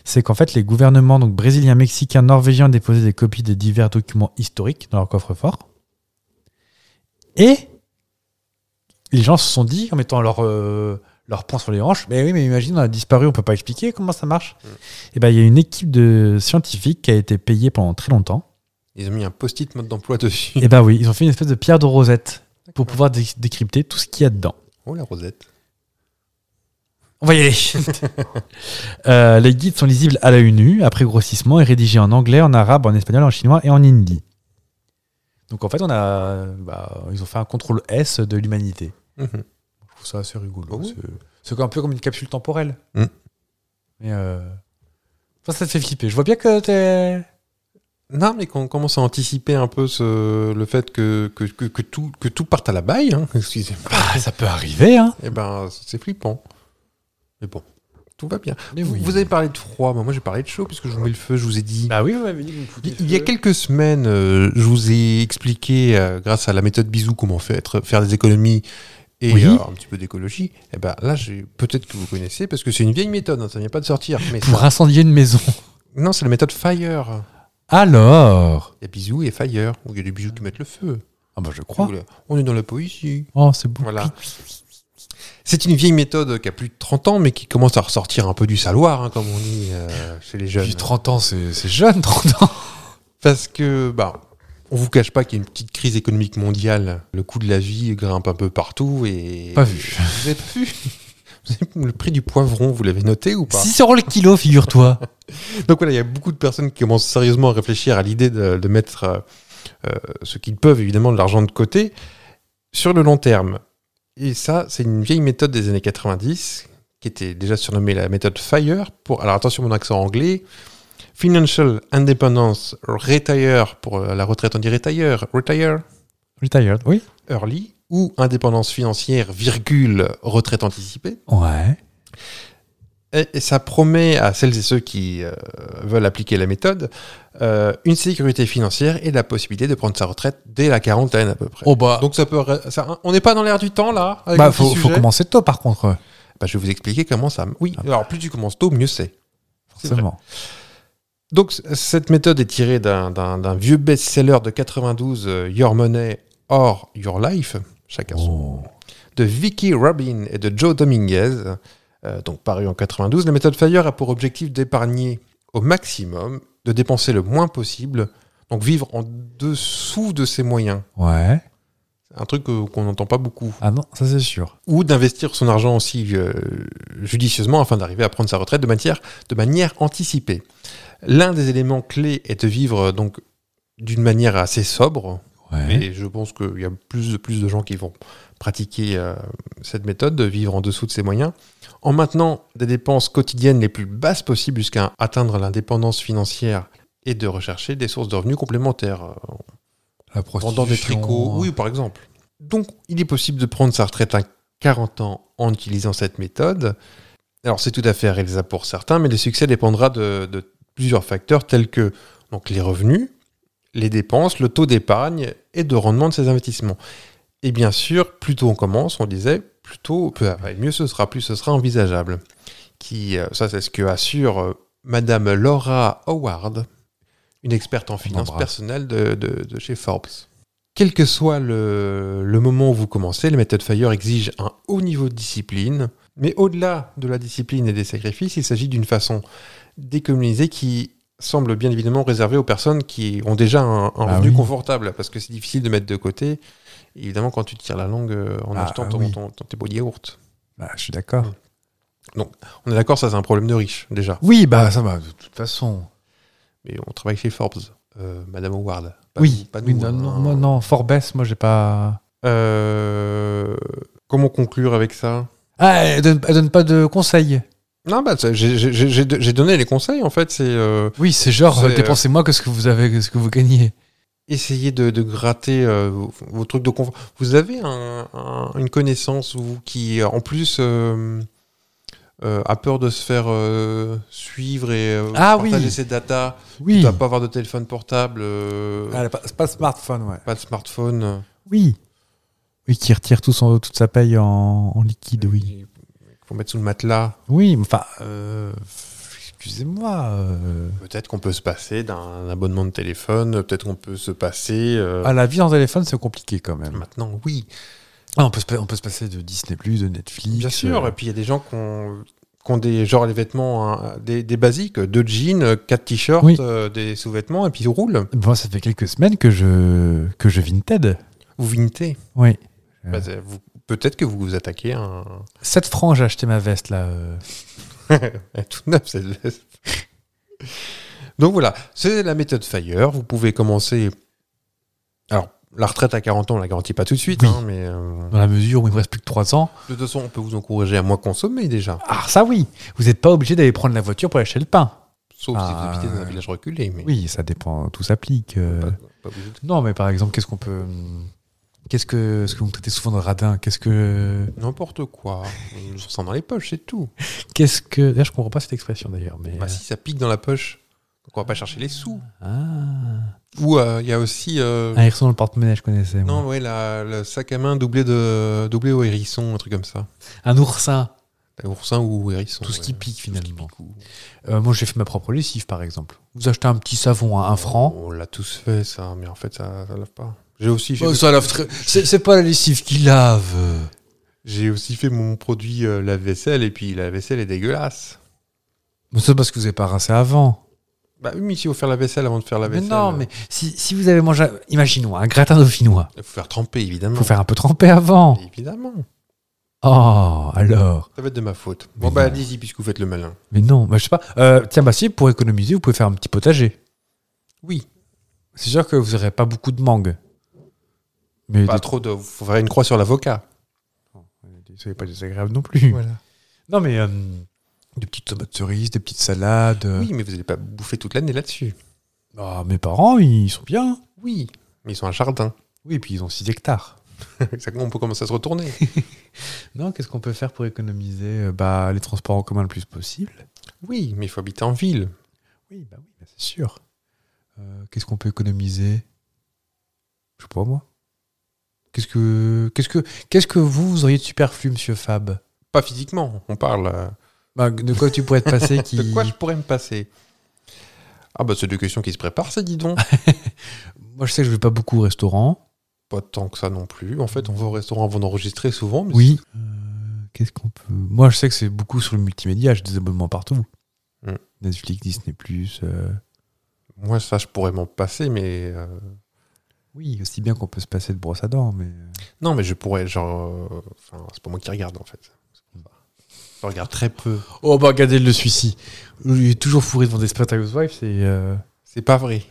S1: c'est qu'en fait les gouvernements donc brésiliens, mexicains, norvégiens ont déposé des copies des divers documents historiques dans leur coffre-fort. Et les gens se sont dit en mettant leur euh, leur poing sur les hanches, mais oui, mais imagine, on a disparu, on peut pas expliquer comment ça marche.
S2: Mm.
S1: Et ben il y a une équipe de scientifiques qui a été payée pendant très longtemps
S2: Ils ont mis un post-it mode d'emploi dessus. (laughs)
S1: et ben oui, ils ont fait une espèce de pierre de rosette pour pouvoir dé- décrypter tout ce qu'il y a dedans.
S2: Oh la rosette.
S1: On va y aller. (laughs) Euh, les guides sont lisibles à l'œil nu, après grossissement, et rédigés en anglais, en arabe, en espagnol, en chinois et en hindi. Donc en fait, on a, bah, ils ont fait un contrôle S de l'humanité.
S2: Mhm.
S1: Je trouve ça assez rigolo.
S2: Ah oui.
S1: C'est c'est un peu comme une capsule temporelle.
S2: Mm.
S1: Mais euh, toi, ça te fait flipper. Je vois bien que t'es.
S2: Non, mais qu'on commence à anticiper un peu ce, le fait que, que, que, que tout, que tout parte à la baille, hein, (laughs) excusez-moi,
S1: Bah, ça peut arriver, hein.
S2: eh ben, c'est flippant. Mais bon, tout va bien.
S1: Mais
S2: Vous-
S1: Eh oui.
S2: Vous avez parlé de froid, Bah, moi, moi j'ai parlé de chaud, puisque je vous mets le feu, je vous ai dit.
S1: Bah oui, vous m'avez dit que vous me foutiez
S2: Il y a
S1: le-
S2: quelques semaines, euh, je vous ai expliqué, euh, grâce à la méthode Bisou, comment faire, être- faire des économies et
S1: Oui.
S2: euh, un petit peu d'écologie. Et ben là, j'ai- peut-être que vous connaissez, parce que c'est une vieille méthode, hein, ça ne vient pas de sortir. Mais
S1: Pour
S2: ça-
S1: incendier une maison.
S2: Non, c'est la méthode Fire.
S1: Alors.
S2: Il y a Bisou et Fire, où il y a des bijoux qui mettent le feu.
S1: Ah bah je crois.
S2: Oula, On est dans la poésie.
S1: Oh, c'est beau.
S2: Voilà. C'est une vieille méthode qui a plus de 30 ans, mais qui commence à ressortir un peu du saloir, hein, comme on dit euh, chez les jeunes.
S1: Depuis 30 ans, c'est c'est jeune, 30 ans.
S2: Parce que, bah, on vous cache pas qu'il y a une petite crise économique mondiale. Le coût de la vie grimpe un peu partout et.
S1: Pas vu.
S2: Vous avez pas vu (laughs) Vous avez- Le prix du poivron, vous l'avez noté ou pas
S1: 6 euros le kilo, (laughs) figure-toi.
S2: Donc voilà, il y a beaucoup de personnes qui commencent sérieusement à réfléchir à l'idée de, de mettre euh, euh, ce qu'ils peuvent, évidemment, de l'argent de côté sur le long terme. Et ça, c'est une vieille méthode des années 90 qui était déjà surnommée la méthode FIRE pour, alors attention mon accent anglais, Financial Independence Retire pour euh, la retraite, on dit retire, retire
S1: Retired, oui.
S2: early ou indépendance financière, virgule, retraite anticipée.
S1: Ouais.
S2: et, et ça promet à celles et ceux qui euh, veulent appliquer la méthode euh, une sécurité financière et la possibilité de prendre sa retraite dès la quarantaine à peu près.
S1: Oh bah,
S2: Donc ça peut, ça- on n'est pas dans l'air du temps là. avec
S1: bah,
S2: le petit
S1: faut, Ah. faut
S2: sujet
S1: commencer tôt par contre, euh,
S2: Bah, je vais vous expliquer comment ça. Oui. Alors plus tu commences tôt, mieux c'est. C'est vrai.
S1: forcément.
S2: Donc, c- cette méthode est tirée d'un- d'un d'un vieux best-seller de 92, euh, Your Money or Your Life, chacun son,
S1: Oh.
S2: de Vicky Rubin et de Joe Dominguez, euh, donc paru en 92. La méthode Fire a pour objectif d'épargner au maximum, de dépenser le moins possible, donc vivre en dessous de ses moyens.
S1: Ouais.
S2: Un truc euh, qu'on n'entend pas beaucoup.
S1: Ah non, ça c'est sûr.
S2: Ou d'investir son argent aussi euh, judicieusement afin d'arriver à prendre sa retraite de manière, de manière anticipée. L'un des éléments clés est de vivre euh, donc d'une manière assez sobre.
S1: Ouais.
S2: Et je pense qu'il y a plus de, plus de gens qui vont pratiquer euh, cette méthode de vivre en dessous de ses moyens, en maintenant des dépenses quotidiennes les plus basses possibles jusqu'à atteindre l'indépendance financière et de rechercher des sources de revenus complémentaires. euh,
S1: La
S2: Vendant des
S1: prostitution,
S2: tricots, oui, par exemple. Donc, il est possible de prendre sa retraite à 40 ans en utilisant cette méthode. Alors, c'est tout à fait réalisable pour certains, mais le succès dépendra de, de plusieurs facteurs tels que donc, les revenus, les dépenses, le taux d'épargne et de rendement de ses investissements. Et bien sûr, plus tôt on commence, on disait, plus tôt, peu- et mieux ce sera, plus ce sera envisageable. Qui, euh, ça, c'est ce que assure euh, Madame Laura Howard, une experte en finances
S1: embrasse.
S2: personnelles de- de- de chez Forbes. Quel que soit le, le moment où vous commencez, les méthodes Fire exigent un haut niveau de discipline. Mais au-delà de la discipline et des sacrifices, il s'agit d'une façon décommunisée qui semble bien évidemment réservée aux personnes qui ont déjà un, un
S1: Ah
S2: revenu
S1: oui.
S2: confortable, parce que c'est difficile de mettre de côté. Et évidemment, quand tu tires la langue euh, en
S1: Ah,
S2: achetant
S1: ah
S2: ton,
S1: oui.
S2: ton- ton- tes pots de yaourt.
S1: Bah, je suis d'accord.
S2: On est d'accord, ça c'est un problème de riche déjà.
S1: Oui, bah ça va, de toute façon.
S2: Mais on travaille chez Forbes, euh, Madame Howard. Pas nous-
S1: oui,
S2: pas
S1: Oui,
S2: nous,
S1: non,
S2: hein.
S1: non, moi, non, Forbes, moi j'ai pas.
S2: Euh, comment conclure avec ça
S1: Ah, elle donne, elle donne pas de conseils.
S2: Non, bah, ça, j'ai- j'ai j'ai- j'ai donné les conseils, en fait. C'est euh,
S1: Oui, c'est genre,
S2: C'est,
S1: euh,
S2: euh,
S1: dépensez moins que ce que vous avez, que ce que vous gagnez.
S2: essayer de, de gratter euh, vos, vos trucs de confort. Vous avez un- un- une connaissance, vous, qui, en plus, euh, euh, a peur de se faire euh, suivre et euh,
S1: Ah oui.
S2: partager ses data. Tu
S1: Oui.
S2: dois pas avoir de téléphone portable, euh,
S1: Ah, elle a pas, c'est pas smartphone, ouais.
S2: pas de smartphone.
S1: Oui. Oui, qui retire tout son, toute sa paye en, en liquide, oui.
S2: Il faut mettre sous le matelas.
S1: Oui, mais enfin, euh, excusez-moi. euh,
S2: Peut-être qu'on peut se passer d'un abonnement de téléphone. Peut-être qu'on peut se passer... euh,
S1: ah, la vie en téléphone, c'est compliqué quand même.
S2: Maintenant, oui.
S1: Ah, on, peut se, pa- on peut se passer de Disney, de Netflix.
S2: Bien sûr,
S1: euh,
S2: et puis il y a des gens qui ont, qui ont des, genre les vêtements, hein, des, des basiques, deux jeans, euh, quatre t-shirts,
S1: Oui.
S2: euh, des sous-vêtements, et puis ils roulent.
S1: Moi, ça fait quelques semaines que je, que je Vinted.
S2: Vous vignetez.
S1: Oui. Euh.
S2: Bah, c'est- vous- Peut-être que vous vous attaquez à un... (laughs)
S1: 7 francs, j'ai acheté ma veste, là. euh.
S2: à tout neuf cette veste. Donc voilà, c'est la méthode Fire. Vous pouvez commencer... Alors, la retraite à 40 ans, on la garantit pas tout de suite,
S1: Oui.
S2: hein, mais euh,
S1: Dans la mesure où il ne reste plus que 3 ans.
S2: de toute façon, on peut vous encourager à moins consommer déjà.
S1: Ah, ça oui Vous n'êtes pas obligé d'aller prendre la voiture pour aller acheter le pain.
S2: Sauf
S1: Ah,
S2: si vous habitez dans un
S1: ouais.
S2: village reculé. Mais
S1: Oui, ça dépend, tout s'applique. euh.
S2: Pas- pas obligé de-
S1: Non, mais par exemple, qu'est-ce qu'on peut. hum, Qu'est-ce que. Ce que vous me traitez souvent de radin Qu'est-ce que.
S2: N'importe quoi. On s'en dans les poches, c'est tout.
S1: Qu'est-ce que. D'ailleurs, je comprends pas cette expression d'ailleurs, mais. euh,
S2: Bah, si ça pique dans la poche, donc on va pas chercher les sous.
S1: Ah
S2: Ou euh, il y a aussi. euh,
S1: Un hérisson dans le porte-monnaie, je connaissais. moi.
S2: non, ouais, la- le sac à main doublé, de, doublé au hérisson, un truc comme ça.
S1: Un oursin,
S2: Un oursin ou hérisson.
S1: tout ce
S2: ouais.
S1: qui pique
S2: Tout ce qui
S1: finalement.
S2: pique, ou-
S1: Euh, moi, j'ai fait ma propre lessive par exemple. Vous achetez un petit savon à un franc.
S2: On l'a tous fait, ça, mais en fait, ça, ça lave pas. J'ai aussi, j'ai-
S1: lave très. C'est c'est pas la lessive qui lave.
S2: j'ai aussi fait mon produit euh, lave-vaisselle, et puis la vaisselle est dégueulasse.
S1: Mais c'est parce que vous n'avez pas rincé avant.
S2: Bah oui, mais il faut faire la vaisselle avant de faire la
S1: Mais
S2: vaisselle.
S1: non, mais si, si vous avez mangé, imaginons, un gratin dauphinois.
S2: Il faut faire tremper, évidemment.
S1: Faut faire un peu tremper avant.
S2: Évidemment.
S1: Oh, alors.
S2: Ça va être de ma faute. Bon,
S1: Mais
S2: bah,
S1: non.
S2: allez-y, puisque vous faites le malin.
S1: Mais non, bah, je sais pas. Euh, tiens, bah si, pour économiser, vous pouvez faire un petit potager.
S2: Oui.
S1: C'est sûr que vous n'aurez pas beaucoup de mangue. Mais
S2: Pas
S1: des-
S2: trop de. Faut faire une croix sur l'avocat.
S1: soyez pas désagréable non plus.
S2: Voilà.
S1: Non, mais euh, des petites tomates cerises, des petites salades. euh.
S2: Oui, mais vous n'allez pas bouffer toute l'année là-dessus.
S1: Ah, mes parents, ils sont bien.
S2: Oui. Mais ils ont un jardin. (laughs)
S1: Oui, et puis ils ont 6 hectares.
S2: Exactement, on peut commencer à
S1: (laughs)
S2: se retourner.
S1: Non, qu'est-ce qu'on peut faire pour économiser euh, bah, les transports en commun le plus possible
S2: Oui, mais il faut habiter en ville.
S1: Oui, bah oui, c'est sûr. Euh, qu'est-ce qu'on peut économiser Je sais pas moi. Qu'est-ce que, qu'est-ce que, qu'est-ce que vous, vous auriez de superflu, Monsieur Fab
S2: Pas physiquement, on parle. euh,
S1: Bah, De quoi tu pourrais te passer (laughs) qui
S2: De quoi je pourrais me passer Ah bah c'est deux questions qui se préparent, ça
S1: (laughs)
S2: dis donc.
S1: Moi, je sais que je vais pas beaucoup au restaurant.
S2: pas tant que ça non plus. En fait, on va au restaurant avant d'enregistrer souvent. Mais
S1: Oui. Euh, qu'est-ce qu'on peut Moi, je sais que c'est beaucoup sur le multimédia. J'ai des abonnements partout.
S2: Hmm.
S1: Hum. Netflix, Disney+. euh,
S2: c'est- Moi, ça, je pourrais m'en passer, mais... euh,
S1: Oui, aussi bien qu'on peut se passer de brosse à dents, mais. euh.
S2: Non, mais je pourrais, genre... euh, Enfin, c'est pas moi qui regarde, en fait. Je regarde très peu.
S1: Oh bah regardez le suicide. Il est toujours fourré devant des Desperate Housewives, c'est euh,
S2: C'est pas vrai.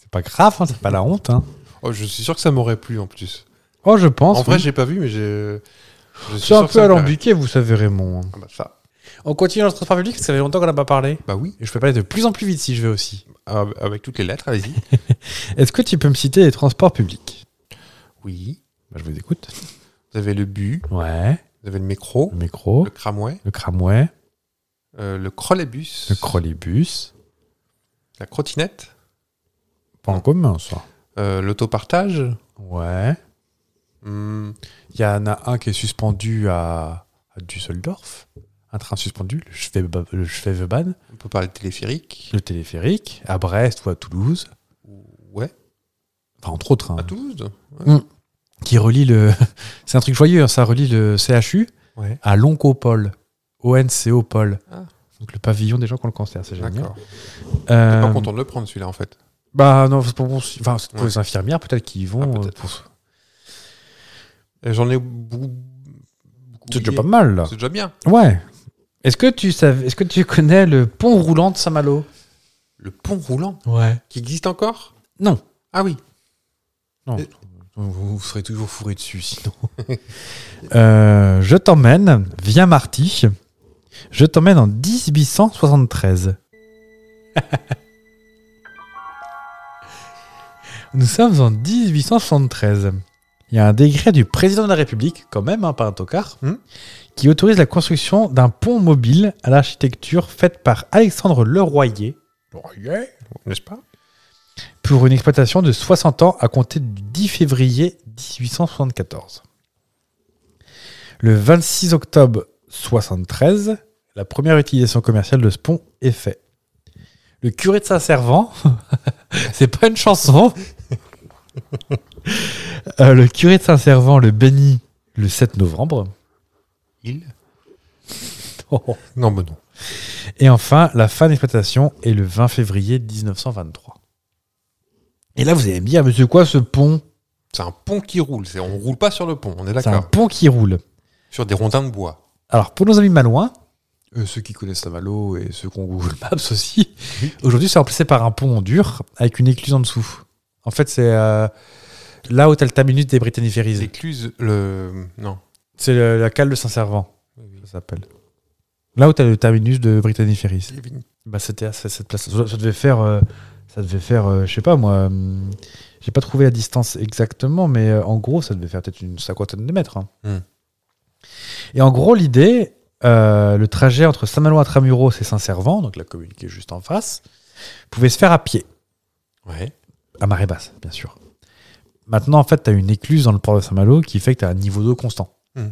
S1: c'est pas grave, hein, c'est pas la honte. Hein.
S2: Oh, je suis sûr que ça m'aurait plu, en plus.
S1: Oh je pense.
S2: en vrai,
S1: oui.
S2: j'ai pas vu, mais j'ai... je suis
S1: c'est un
S2: sûr que
S1: peu
S2: ça me
S1: alambiqué, vous savez Raymond.
S2: plairait. Ah bah ça.
S1: On continue dans le transport public parce que ça fait longtemps qu'on n'a pas parlé.
S2: Bah oui,
S1: Et je peux parler de plus en plus vite si je vais aussi.
S2: ah, avec toutes les
S1: (laughs)
S2: lettres, allez-y.
S1: Est-ce que tu peux me citer les transports publics
S2: oui.
S1: bah, Je vous écoute.
S2: Vous avez le bu,
S1: Ouais.
S2: vous avez le métro,
S1: Le métro,
S2: le cramway,
S1: le cramway,
S2: euh, le crolebus,
S1: le trolleybus.
S2: la crottinette,
S1: Pas en commun ça.
S2: euh, l'autopartage.
S1: Ouais.
S2: Hmm,
S1: Il y en a un qui est suspendu à, à Düsseldorf. Un train suspendu, le Schwebe- le Schwebebahn.
S2: on peut parler de téléphérique.
S1: le téléphérique à Brest ou à Toulouse,
S2: Ouais.
S1: enfin entre autres, hein,
S2: À Toulouse
S1: qui relie le. (laughs) C'est un truc joyeux, hein, ça relie le CHU
S2: Ouais.
S1: à l'Oncopole, ONCOPOL.
S2: Ah.
S1: E. Donc le pavillon des gens qui ont le cancer, c'est génial.
S2: D'accord.
S1: Euh,
S2: T'es pas content de le prendre celui-là en fait.
S1: Bah non, c'est pour, enfin, c'est pour
S2: Ouais.
S1: les infirmières peut-être qui y vont.
S2: Ah,
S1: euh,
S2: peut-être.
S1: pour-
S2: Euh, J'en ai beaucoup. beaucoup
S1: C'est déjà
S2: oublié.
S1: pas mal là.
S2: C'est déjà bien.
S1: Ouais. Est-ce que tu savais, est-ce que tu connais le pont roulant de Saint-Malo
S2: Le pont roulant
S1: Ouais.
S2: qui existe encore
S1: Non.
S2: Ah oui.
S1: Non.
S2: Et-
S1: Vous, vous serez toujours fourré dessus, sinon. (laughs) Euh, je t'emmène, viens Marty. Je t'emmène en 1873. (laughs) Nous sommes en 1873. Il y a un décret du président de la République, quand même, hein, pas un tocard,
S2: Hmm.
S1: qui autorise la construction d'un pont mobile à l'architecture faite par Alexandre Leroyer
S2: N'est-ce pas
S1: pour une exploitation de 60 ans à compter du 10 février 1874. Le 26 octobre 73, la première utilisation commerciale de ce pont est faite. Le curé de Saint-Servant, (laughs) c'est pas une chanson. (laughs) Euh, le curé de Saint-Servant le bénit le 7 novembre.
S2: Il Non, bah non.
S1: Et enfin, la fin d'exploitation est le 20 février 1923. Et là, vous allez me dire, mais c'est quoi ce pont
S2: C'est un pont qui roule. C'est... On roule pas sur le pont, on est
S1: C'est un
S2: d'accord.
S1: pont qui roule.
S2: Sur des rondins de bois.
S1: Alors, pour nos amis malouins, euh, ceux qui connaissent Saint-Malo et ceux qui ont Google (laughs) Maps aussi, aujourd'hui, c'est remplacé par un pont en dur avec une écluse en dessous. En fait, c'est euh, là où t'as le terminus des Britanniferries.
S2: L'écluse, le. Non.
S1: C'est euh, la cale de Saint-Servant, ça s'appelle. Là où t'as le terminus de Britanniferries.
S2: Kevin.
S1: Bah, c'était à ce- cette place. Ça, ça devait faire, euh, ça devait faire, euh, je sais pas moi. hum, J'ai pas trouvé la distance exactement, mais euh, en gros, ça devait faire peut-être une cinquantaine de mètres. hein.
S2: Hmm.
S1: Et en gros, l'idée, euh, le trajet entre Saint-Malo à Tramuros et Saint-Servant, donc la commune qui est juste en face, pouvait se faire à pied,
S2: Ouais.
S1: à marée basse, bien sûr. Maintenant, en fait, tu as une écluse dans le port de Saint-Malo qui fait que tu as un niveau d'eau constant.
S2: Hmm.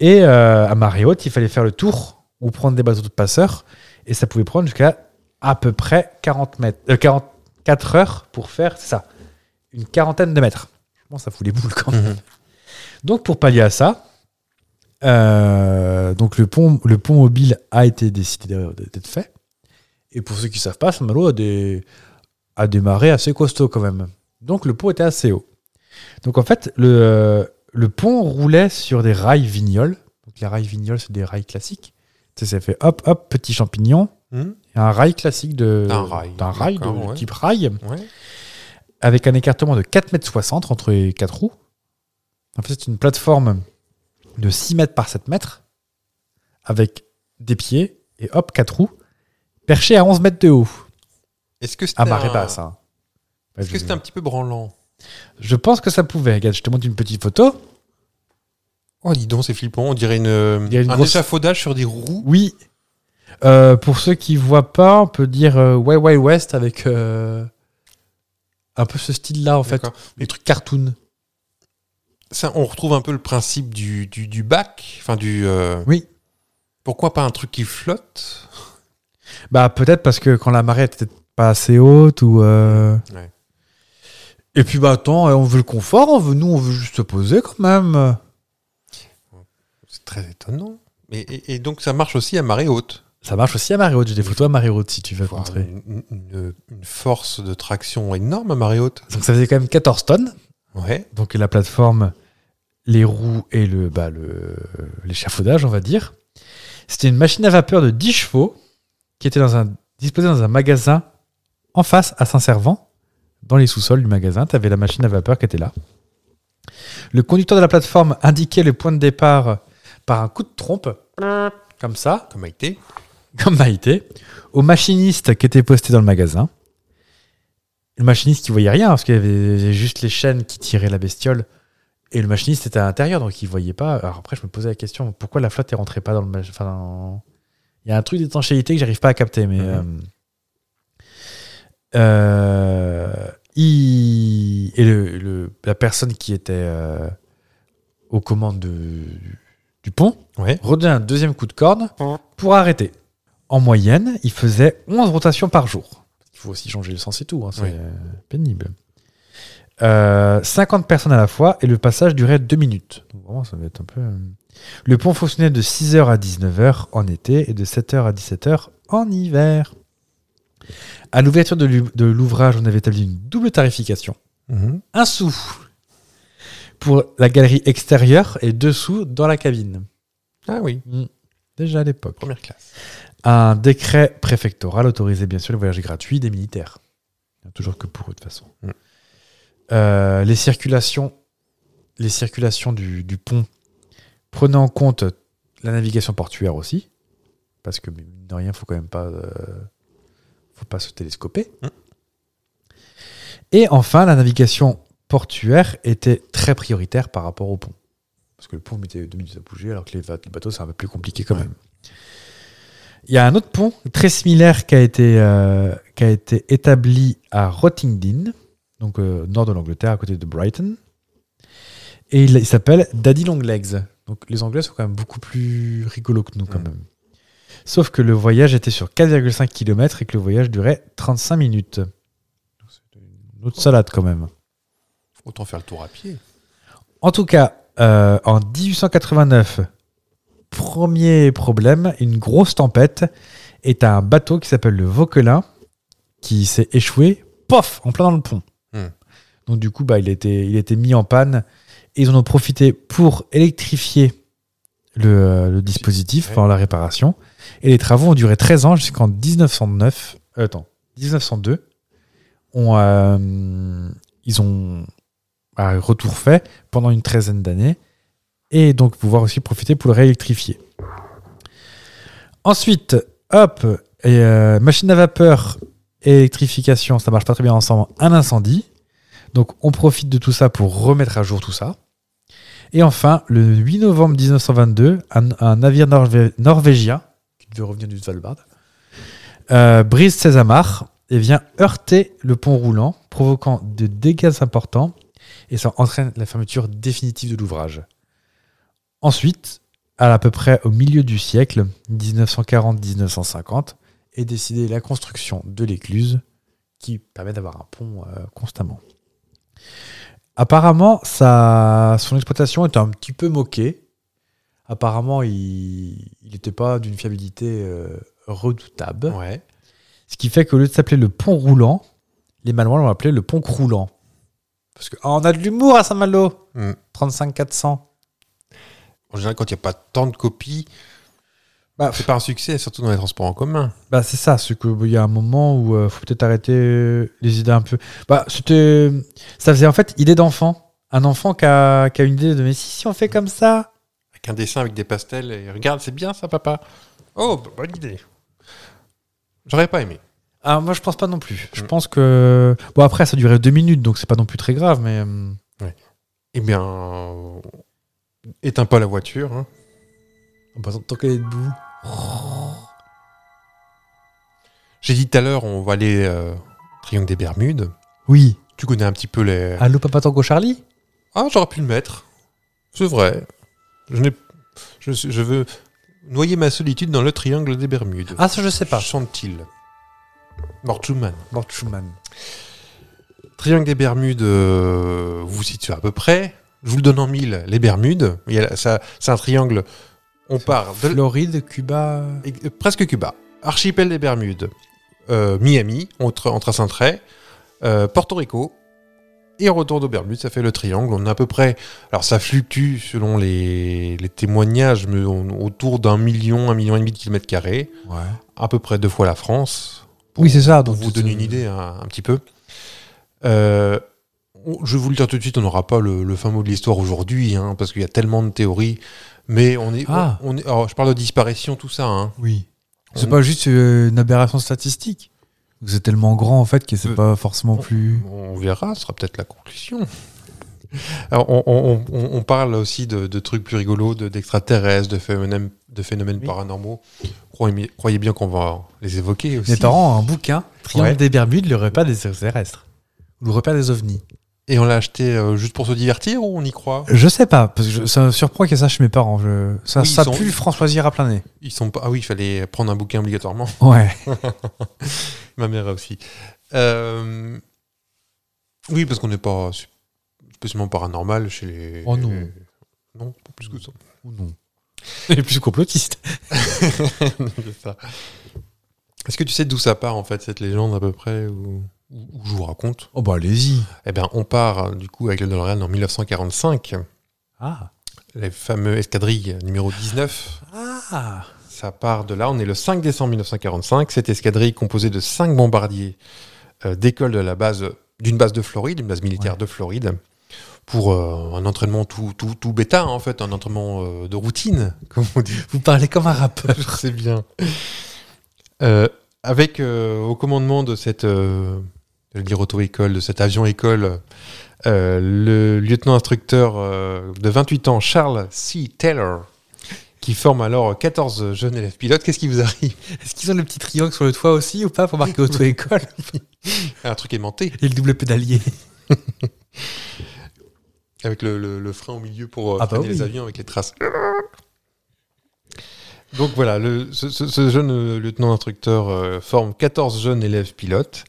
S1: Et euh, à marée haute, il fallait faire le tour ou prendre des bateaux de passeurs. Et ça pouvait prendre jusqu'à à peu près 40 mètres, euh, 44 heures pour faire c'est ça, une quarantaine de mètres. Bon, ça fout les boules quand même.
S2: Mhm.
S1: Donc, pour pallier à ça, euh, donc le, pont, le pont mobile a été décidé d'être fait. Et pour ceux qui ne savent pas, Saint-Malo a, des, a des marées assez costauds quand même. Donc, le pont était assez haut. Donc, en fait, le, le pont roulait sur des rails vignoles. Donc, les rails vignoles, c'est des rails classiques. Tu sais, ça fait hop, hop, petit champignon.
S2: Hmm
S1: Il y a un rail classique de
S2: Un rail,
S1: d'un rail de
S2: d'accord, ouais.
S1: type rail
S2: ouais.
S1: avec un écartement de 4,60 mètres entre les quatre roues. En fait, c'est une plateforme de 6 mètres par 7 mètres avec des pieds et hop, quatre roues perchées à 11 mètres de haut.
S2: Est-ce que c'était.
S1: À marée
S2: un-
S1: basse. hein.
S2: Est-ce que c'était un petit peu branlant
S1: Je pense que ça pouvait. Regarde, je te montre une petite photo.
S2: Oh, dis donc, c'est flippant. On dirait une, euh,
S1: Il y a une
S2: un
S1: grosse-
S2: échafaudage sur des roues.
S1: Oui. Euh, pour ceux qui voient pas, on peut dire euh, Wild Wild West avec euh, un peu ce style-là en fait,
S2: D'accord.
S1: les trucs cartoon.
S2: Ça, on retrouve un peu le principe du, du, du bac. Enfin, du. euh,
S1: Oui.
S2: Pourquoi pas un truc qui flotte
S1: Bah peut-être parce que quand la marée était peut-être pas assez haute ou. euh,
S2: Ouais.
S1: Et puis bah attends, on veut le confort, on veut nous, on veut juste se poser quand même.
S2: C'est très étonnant. Mais, et, et donc, ça marche aussi à marée haute.
S1: Ça marche aussi à marée haute. J'ai des photos à marée haute si tu veux
S2: Faut avoir
S1: montrer.
S2: Une, une- une force de traction énorme à marée haute.
S1: Donc ça faisait quand même 14 tonnes.
S2: Ouais.
S1: donc la plateforme, les roues et le bah, le- l'échafaudage, on va dire. C'était une machine à vapeur de 10 chevaux qui était dans un, disposée dans un magasin en face à Saint-Servant, dans les sous-sols du magasin. Tu avais la machine à vapeur qui était là. Le conducteur de la plateforme indiquait le point de départ par un coup de trompe, comme ça
S2: Comme a été.
S1: comme (laughs) Maïté, au machiniste qui était posté dans le magasin. Le machiniste qui voyait rien, parce qu'il y avait juste les chaînes qui tiraient la bestiole. Et le machiniste était à l'intérieur, donc il voyait pas. Alors après, je me posais la question pourquoi la flotte ne rentrait pas dans le. mach- Enfin, dans- il y a un truc d'étanchéité que j'arrive pas à capter, mais.
S2: Mhm.
S1: euh, euh, il- et le- le- la personne qui était euh, aux commandes de- du pont
S2: Ouais.
S1: redonne un deuxième coup de corde pour arrêter. En moyenne, il faisait 11 rotations par jour. Il faut aussi changer le sens et tout, hein, c'est
S2: Oui.
S1: euh, pénible. Euh, 50 personnes à la fois et le passage durait 2 minutes. Donc vraiment, ça va être un peu. euh. Le pont fonctionnait de 6h à 19h en été et de 7h à 17h en hiver. À l'ouverture de l'ou- de l'ouvrage, on avait établi une double tarification
S2: Mhm.
S1: un sou pour la galerie extérieure et deux sous dans la cabine.
S2: Ah oui.
S1: Déjà à l'époque.
S2: Première classe.
S1: Un décret préfectoral autorisait bien sûr les voyages gratuits des militaires. Il y en a Toujours que pour eux, de toute façon.
S2: Mm.
S1: Euh, les circulations, les circulations du, du pont prenaient en compte la navigation portuaire aussi, parce que mine de rien, faut quand même pas, euh, faut pas se télescoper.
S2: Mm.
S1: Et enfin, la navigation portuaire était très prioritaire par rapport au pont, parce que le pont mettait deux minutes à bouger, alors que les, va- les bateaux c'est un peu plus compliqué quand
S2: Ouais.
S1: même. Il y a un autre pont très similaire qui a été, euh, qui a été établi à Rottingdean, donc euh, nord de l'Angleterre, à côté de Brighton. Et il, il s'appelle Daddy Longlegs. Donc les Anglais sont quand même beaucoup plus rigolos que nous, quand
S2: Mm.
S1: même. Sauf que le voyage était sur 4,5 km et que le voyage durait 35 minutes. Donc, c'est Une autre salade, quand même.
S2: Autant faire le tour à pied.
S1: En tout cas, euh, en 1889, premier problème, une grosse tempête, et t'as un bateau qui s'appelle le Vauquelin qui s'est échoué, pof, en plein dans le pont.
S2: Hmm.
S1: Donc du coup, bah, il, était, il était mis en panne, et ils en ont profité pour électrifier le, euh, le dispositif
S2: Ouais.
S1: pendant la réparation, et les travaux ont duré 13 ans jusqu'en 1909, euh, attends, 1902, on, euh, ils ont un retour fait pendant une treizaine d'années et donc pouvoir aussi profiter pour le réélectrifier. Ensuite, hop, et, euh, machine à vapeur et électrification, ça marche pas très bien ensemble, un incendie. Donc on profite de tout ça pour remettre à jour tout ça. Et enfin, le 8 novembre 1922, un, un navire norvé- norvégien, qui devait revenir du Svalbard, euh, brise ses amarres et vient heurter le pont roulant, provoquant des dégâts importants et ça entraîne la fermeture définitive de l'ouvrage. Ensuite, à à peu près au milieu du siècle, 1940-1950, est décidée la construction de l'écluse qui permet d'avoir un pont euh, constamment. Apparemment, ça, son exploitation était un petit peu moquée. Apparemment, il n'était pas d'une fiabilité euh, redoutable.
S2: Ouais.
S1: Ce qui fait qu'au lieu de s'appeler le pont roulant, les Malouins l'ont appelé le pont croulant. Parce que ah, on a de l'humour à Saint-Malo
S2: Mm.
S1: 35-400.
S2: En général, quand il n'y a pas tant de copies,
S1: Bah,
S2: c'est Ah, pas un succès, surtout dans les transports en commun.
S1: Bah, c'est ça, c'est qu'il y a un moment où euh, faut peut-être arrêter euh, les idées un peu. Bah, c'était. Ça faisait en fait idée d'enfant. Un enfant qui a, qui a une idée de mais si, si on fait comme ça.
S2: Avec un dessin avec des pastels et regarde, c'est bien ça, papa. Oh, b- bonne idée. J'aurais pas aimé.
S1: Ah, moi, je pense pas non plus. Je pense que. Bon, après, ça durait deux minutes, donc c'est pas non plus très grave, mais. hum,
S2: Eh bien, euh, éteins pas la voiture. hein.
S1: bah, tant qu'elle est debout.
S2: J'ai dit tout à l'heure, on va aller euh, Triangle des Bermudes.
S1: Oui.
S2: Tu connais un petit peu les.
S1: Allô, Papa Tango Charlie
S2: Ah, j'aurais pu le mettre. C'est vrai. Je, n'ai- je, suis- je veux noyer ma solitude dans le Triangle des Bermudes.
S1: Ah, ça, je sais pas.
S2: Chante-t-il. Mort Schumann.
S1: Bart Schumann.
S2: Triangle des Bermudes, euh, vous vous situez à peu près. Je vous le donne en mille, les Bermudes. Il y a- ça- C'est un triangle. On part de,
S1: Floride, Cuba.
S2: Et- euh, presque Cuba. Archipel des Bermudes, euh, Miami, on, tra- on trace un trait, euh, Porto Rico, et on retourne aux Bermudes, ça fait le triangle. On est à peu près. Alors ça fluctue selon les, les témoignages, mais on- autour d'un million, un million et demi de kilomètres carrés,
S1: Ouais.
S2: à peu près deux fois la France,
S1: Oui, c'est ça.
S2: pour
S1: Donc,
S2: vous donner une idée hein, un petit peu. Euh, on- je vais vous le dire tout de suite, on n'aura pas le, le fin mot de l'histoire aujourd'hui, hein, parce qu'il y a tellement de théories. Mais on est.
S1: Ah.
S2: On, on est alors, je parle de disparition, tout ça. hein.
S1: Oui. C'est
S2: On-
S1: pas juste euh, une aberration statistique. C'est tellement grand, en fait, que c'est
S2: Euh,
S1: pas forcément plus.
S2: On verra, ce sera peut-être la conclusion. (laughs) Alors, on, on- on- on parle aussi de, de trucs plus rigolos, de- d'extraterrestres, de, phénomènes, de phénomènes
S1: Oui.
S2: paranormaux. Croyez, croyez bien qu'on va les évoquer aussi.
S1: Mes parents ont un bouquin, Triangle
S2: Ouais.
S1: des Bermudes, le repas des extraterrestres. Ou le repas des ovnis.
S2: Et on l'a acheté euh, juste pour se divertir ou on y croit
S1: Je sais pas, parce que je- ça me surprend qu'il y ait ça chez mes parents. Je- ça
S2: Oui, ils
S1: ça
S2: sont-
S1: pue François à plein nez.
S2: Ils sont pas. Ah oui, il fallait prendre un bouquin obligatoirement.
S1: Ouais.
S2: Ma mère aussi. Euh, Oui, parce qu'on n'est pas su- spécialement paranormal chez les.
S1: Oh non.
S2: Non, pas
S1: (laughs)
S2: plus que ça.
S1: Ou non. Et plus complotiste.
S2: C'est ça. Est-ce que tu sais d'où ça part en fait cette légende à peu près ou ou- ou je vous raconte
S1: Oh bah allez-y.
S2: Eh bien, on part du coup avec le DeLorean en 1945,
S1: Ah.
S2: les fameux escadrilles numéro 19.
S1: Ah.
S2: Ça part de là, on est le 5 décembre 1945. Cette escadrille composée de cinq bombardiers euh, décolle de la base d'une base de Floride, une base militaire de Floride, pour euh, un entraînement tout, tout, tout bêta hein, en fait, un entraînement euh, de routine, comme on dit.
S1: Vous parlez comme un (laughs) rappeur.
S2: (laughs) Je sais bien. Euh, avec euh, au commandement de cette, euh, je vais dire auto-école, de cet avion-école, euh, le lieutenant-instructeur euh, de 28 ans, Charles C. Taylor, qui forme alors 14 jeunes élèves pilotes. Qu'est-ce qui vous arrive
S1: Est-ce qu'ils ont le petit triangle sur le toit aussi ou pas pour marquer (laughs) auto-école
S2: Un truc aimanté,
S1: et le double pédalier (laughs)
S2: avec le, le- le frein au milieu pour euh,
S1: Ah bah
S2: freiner les
S1: oui.
S2: avions avec les traces. Donc voilà, le- ce, ce- ce jeune euh, lieutenant-instructeur euh, forme 14 jeunes élèves pilotes.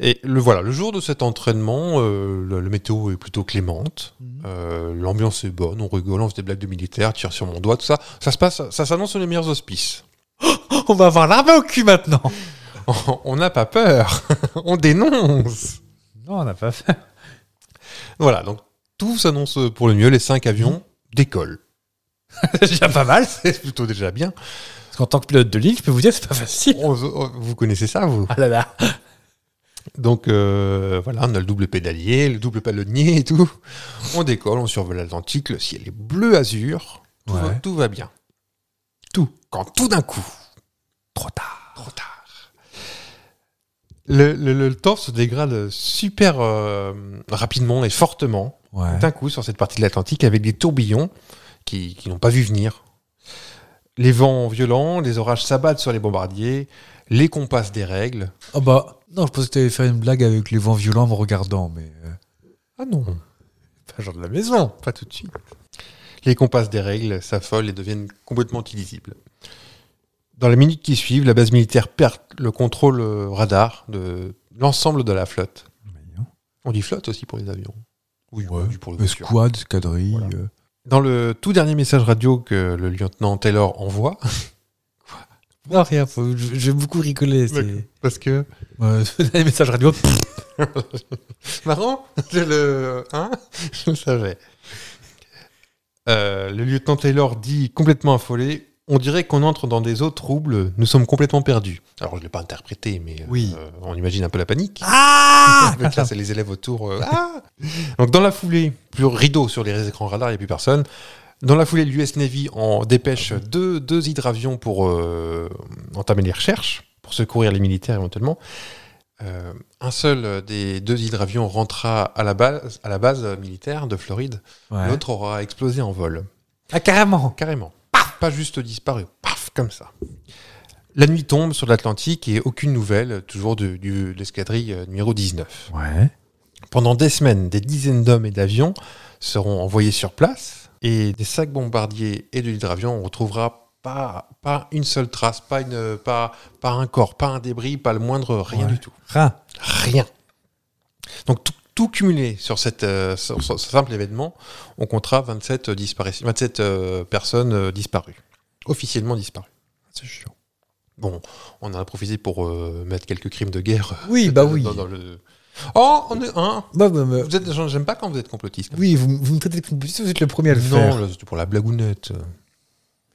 S2: Et le, voilà, le jour de cet entraînement, euh, le, le météo est plutôt clémente.
S1: Mhm.
S2: Euh, L'ambiance est bonne, on rigole, on fait des blagues de militaires, tire sur mon doigt, tout ça. Ça se passe, ça s'annonce sous les meilleurs auspices. (laughs)
S1: On va avoir l'arme au cul maintenant.
S2: on n'a pas peur, (laughs) on dénonce.
S1: Non, on n'a pas fait.
S2: Voilà, donc tout s'annonce pour le mieux. Les cinq avions décollent. (laughs)
S1: C'est déjà pas mal.
S2: C'est plutôt déjà bien.
S1: Parce qu'en tant que pilote de ligne, je peux vous dire, c'est pas facile. (laughs)
S2: On- on- vous connaissez ça, vous
S1: Ah là là.
S2: Donc euh, voilà, on a le double pédalier, le double palonnier et tout. On décolle, on survole l'Atlantique, le ciel est bleu azur. Tout, va,
S1: Ouais.
S2: tout va bien.
S1: Tout.
S2: Quand tout d'un coup, trop tard, trop tard. Le, le- le temps se dégrade super euh, rapidement et fortement
S1: Ouais.
S2: d'un coup sur cette partie de l'Atlantique avec des tourbillons qui, qui n'ont pas vu venir. Les vents violents, les orages s'abattent sur les bombardiers, les compasses des règles.
S1: Oh bah, non, je pensais que t'allais faire une blague avec les vents violents en me regardant, mais. euh,
S2: Ah non,
S1: Pas genre de la maison.
S2: pas tout de suite. Les compasses des règles s'affolent et deviennent complètement illisibles. Dans les minutes qui suivent, la base militaire perd le contrôle euh, radar de l'ensemble de la flotte. On dit flotte aussi pour les avions. Oui,
S1: Ouais.
S2: on dit pour les
S1: Euh,
S2: voitures.
S1: Squad, escadrille.
S2: Voilà.
S1: euh,
S2: Dans le tout dernier message radio que le lieutenant Taylor envoie,
S1: Non, rien, faut- je, je vais beaucoup rigoler. C'est
S2: parce que
S1: (laughs) Ouais, les messages radio.
S2: marrant, (laughs) je le, hein (laughs) je le savais. Euh, le lieutenant Taylor dit complètement affolé On dirait qu'on entre dans des eaux troubles, nous sommes complètement perdus. Alors, je ne l'ai pas interprété, mais euh,
S1: Oui.
S2: euh, on imagine un peu la panique. (laughs)
S1: Ah
S2: Donc là, c'est les élèves autour. euh, Ah (laughs) Donc, dans la foulée, plus rideau sur les écrans radar, il n'y a plus personne. Dans la
S1: Ah
S2: foulée, l'US Navy en dépêche deux, deux hydravions pour euh, entamer les recherches. pour secourir les militaires éventuellement. Euh, un seul des deux hydravions rentra à la base, à la base militaire de Floride.
S1: Ouais.
S2: L'autre aura explosé en vol.
S1: Ah, carrément
S2: Carrément. Paf Pas juste disparu. Paf Comme ça. La nuit tombe sur l'Atlantique et aucune nouvelle, toujours de, du- de l'escadrille euh, numéro 19.
S1: Ouais.
S2: Pendant des semaines, des dizaines d'hommes et d'avions seront envoyés sur place et des sacs bombardiers et de l'hydravion, on retrouvera pas, pas une seule trace, pas, une, pas, pas un corps, pas un débris, pas le moindre, rien
S1: Ouais.
S2: du tout.
S1: Rien.
S2: Rien. Donc tout, tout cumulé sur, cette, euh, sur- sur ce simple événement, on comptera 27, disparitions, 27 euh, personnes euh, disparues, officiellement disparues.
S1: C'est chiant.
S2: Bon, on en a profité pour euh, mettre quelques crimes de guerre. euh,
S1: Oui, bah oui.
S2: Dans, dans le... Oh, on est un.
S1: Bah, bah, bah,
S2: Vous êtes, j'aime pas quand vous êtes complotiste.
S1: oui, vous, vous me traitez de complice, vous êtes le premier à le faire.
S2: Non, là, c'était pour la blagounette.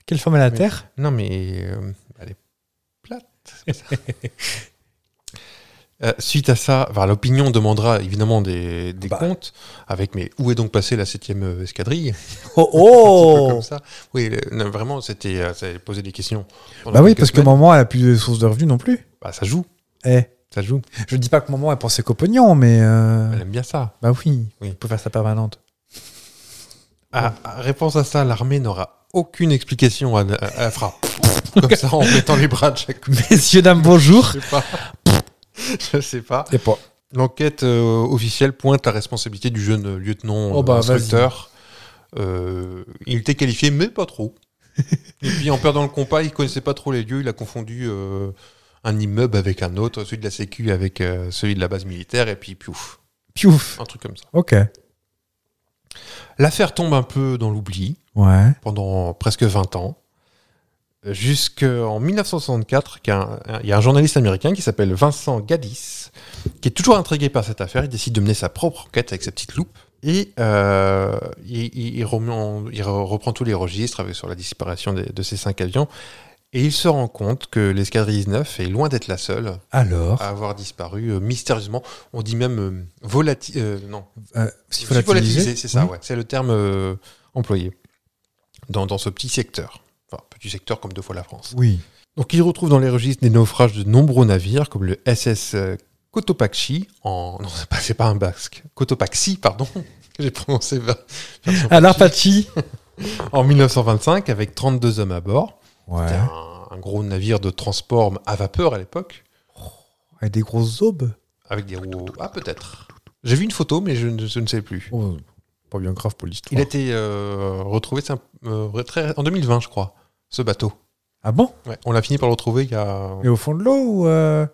S1: Quelle femme à la
S2: Oui. (laughs)
S1: Terre
S2: Non, mais euh, elle est plate. c'est ça. (laughs) Euh, suite à ça, enfin, l'opinion demandera évidemment des, des
S1: Bah.
S2: comptes avec mais où est donc passée la 7ème escadrille
S1: Oh,
S2: Un petit peu
S1: oh
S2: comme ça. Oui, le- non, vraiment, c'était euh, ça a posé des questions.
S1: Bah
S2: pendant
S1: oui,
S2: quelques
S1: parce que
S2: semaines.
S1: maman, elle a plus de sources de revenus non plus.
S2: Bah, ça joue,
S1: Eh,
S2: ça joue.
S1: je dis pas que maman, elle pensait qu'au pognon, mais... euh,
S2: Elle aime bien ça.
S1: Bah oui,
S2: Oui.
S1: on peut faire ça permanente. (laughs)
S2: Ah, ah, réponse à ça, l'armée n'aura aucune explication. à- à- Elle, fera comme ça (laughs) en mettant les bras de chaque côté.
S1: Messieurs, dames, bonjour.
S2: Je sais pas. Je sais pas.
S1: Et pas.
S2: L'enquête euh, officielle pointe la responsabilité du jeune euh, lieutenant
S1: Oh bah,
S2: instructeur. Euh, il était qualifié, mais
S1: (laughs)
S2: pas trop. Et puis en perdant le compas, il connaissait pas trop les lieux. Il a confondu euh, un immeuble avec un autre, celui de la Sécu avec euh, celui de la base militaire, et puis piouf,
S1: Piouf.
S2: un truc comme ça.
S1: Ok.
S2: L'affaire tombe un peu dans l'oubli
S1: Ouais.
S2: pendant presque 20 ans, jusqu'en 1964, qu'un- un- il y a un journaliste américain qui s'appelle Vincent Gaddis, qui est toujours intrigué par cette affaire, il décide de mener sa propre enquête avec sa petite loupe, et euh, il, il- il remet en- il re- reprend tous les registres avec, sur la disparition des- de ces cinq avions, et il se rend compte que l'escadrille 19 est loin d'être la seule
S1: Alors,
S2: à avoir disparu euh, mystérieusement, on dit même euh, volati- euh, non,
S1: euh, si
S2: Sous- volatilisé,
S1: volatiliser,
S2: c'est ça,
S1: oui.
S2: ouais. C'est le terme euh, employé dans, dans ce petit secteur. Enfin, petit secteur comme deux fois la France.
S1: Oui.
S2: Donc, il retrouve dans les registres des naufrages de nombreux navires, comme le SS euh, Cotopaxi, en. (laughs) Non, c'est pas, c'est pas un basque. Cotopaxi, pardon, (laughs) que j'ai prononcé ver- version
S1: Alors,
S2: pachi,
S1: Pachi
S2: en 1925, avec 32 hommes à bord.
S1: Ouais.
S2: C'était un, un gros navire de transport à vapeur à l'époque,
S1: Avec des grosses aubes
S2: avec des roues. Ah, peut-être. J'ai vu une photo, mais je ne- je ne sais plus.
S1: Oh, Pas bien grave pour l'histoire.
S2: Il a été euh, retrouvé c'est un- euh, très- en 2020, je crois, ce bateau.
S1: Ah bon
S2: Ouais, on l'a fini par le retrouver il y a.
S1: Mais au fond de l'eau ou euh,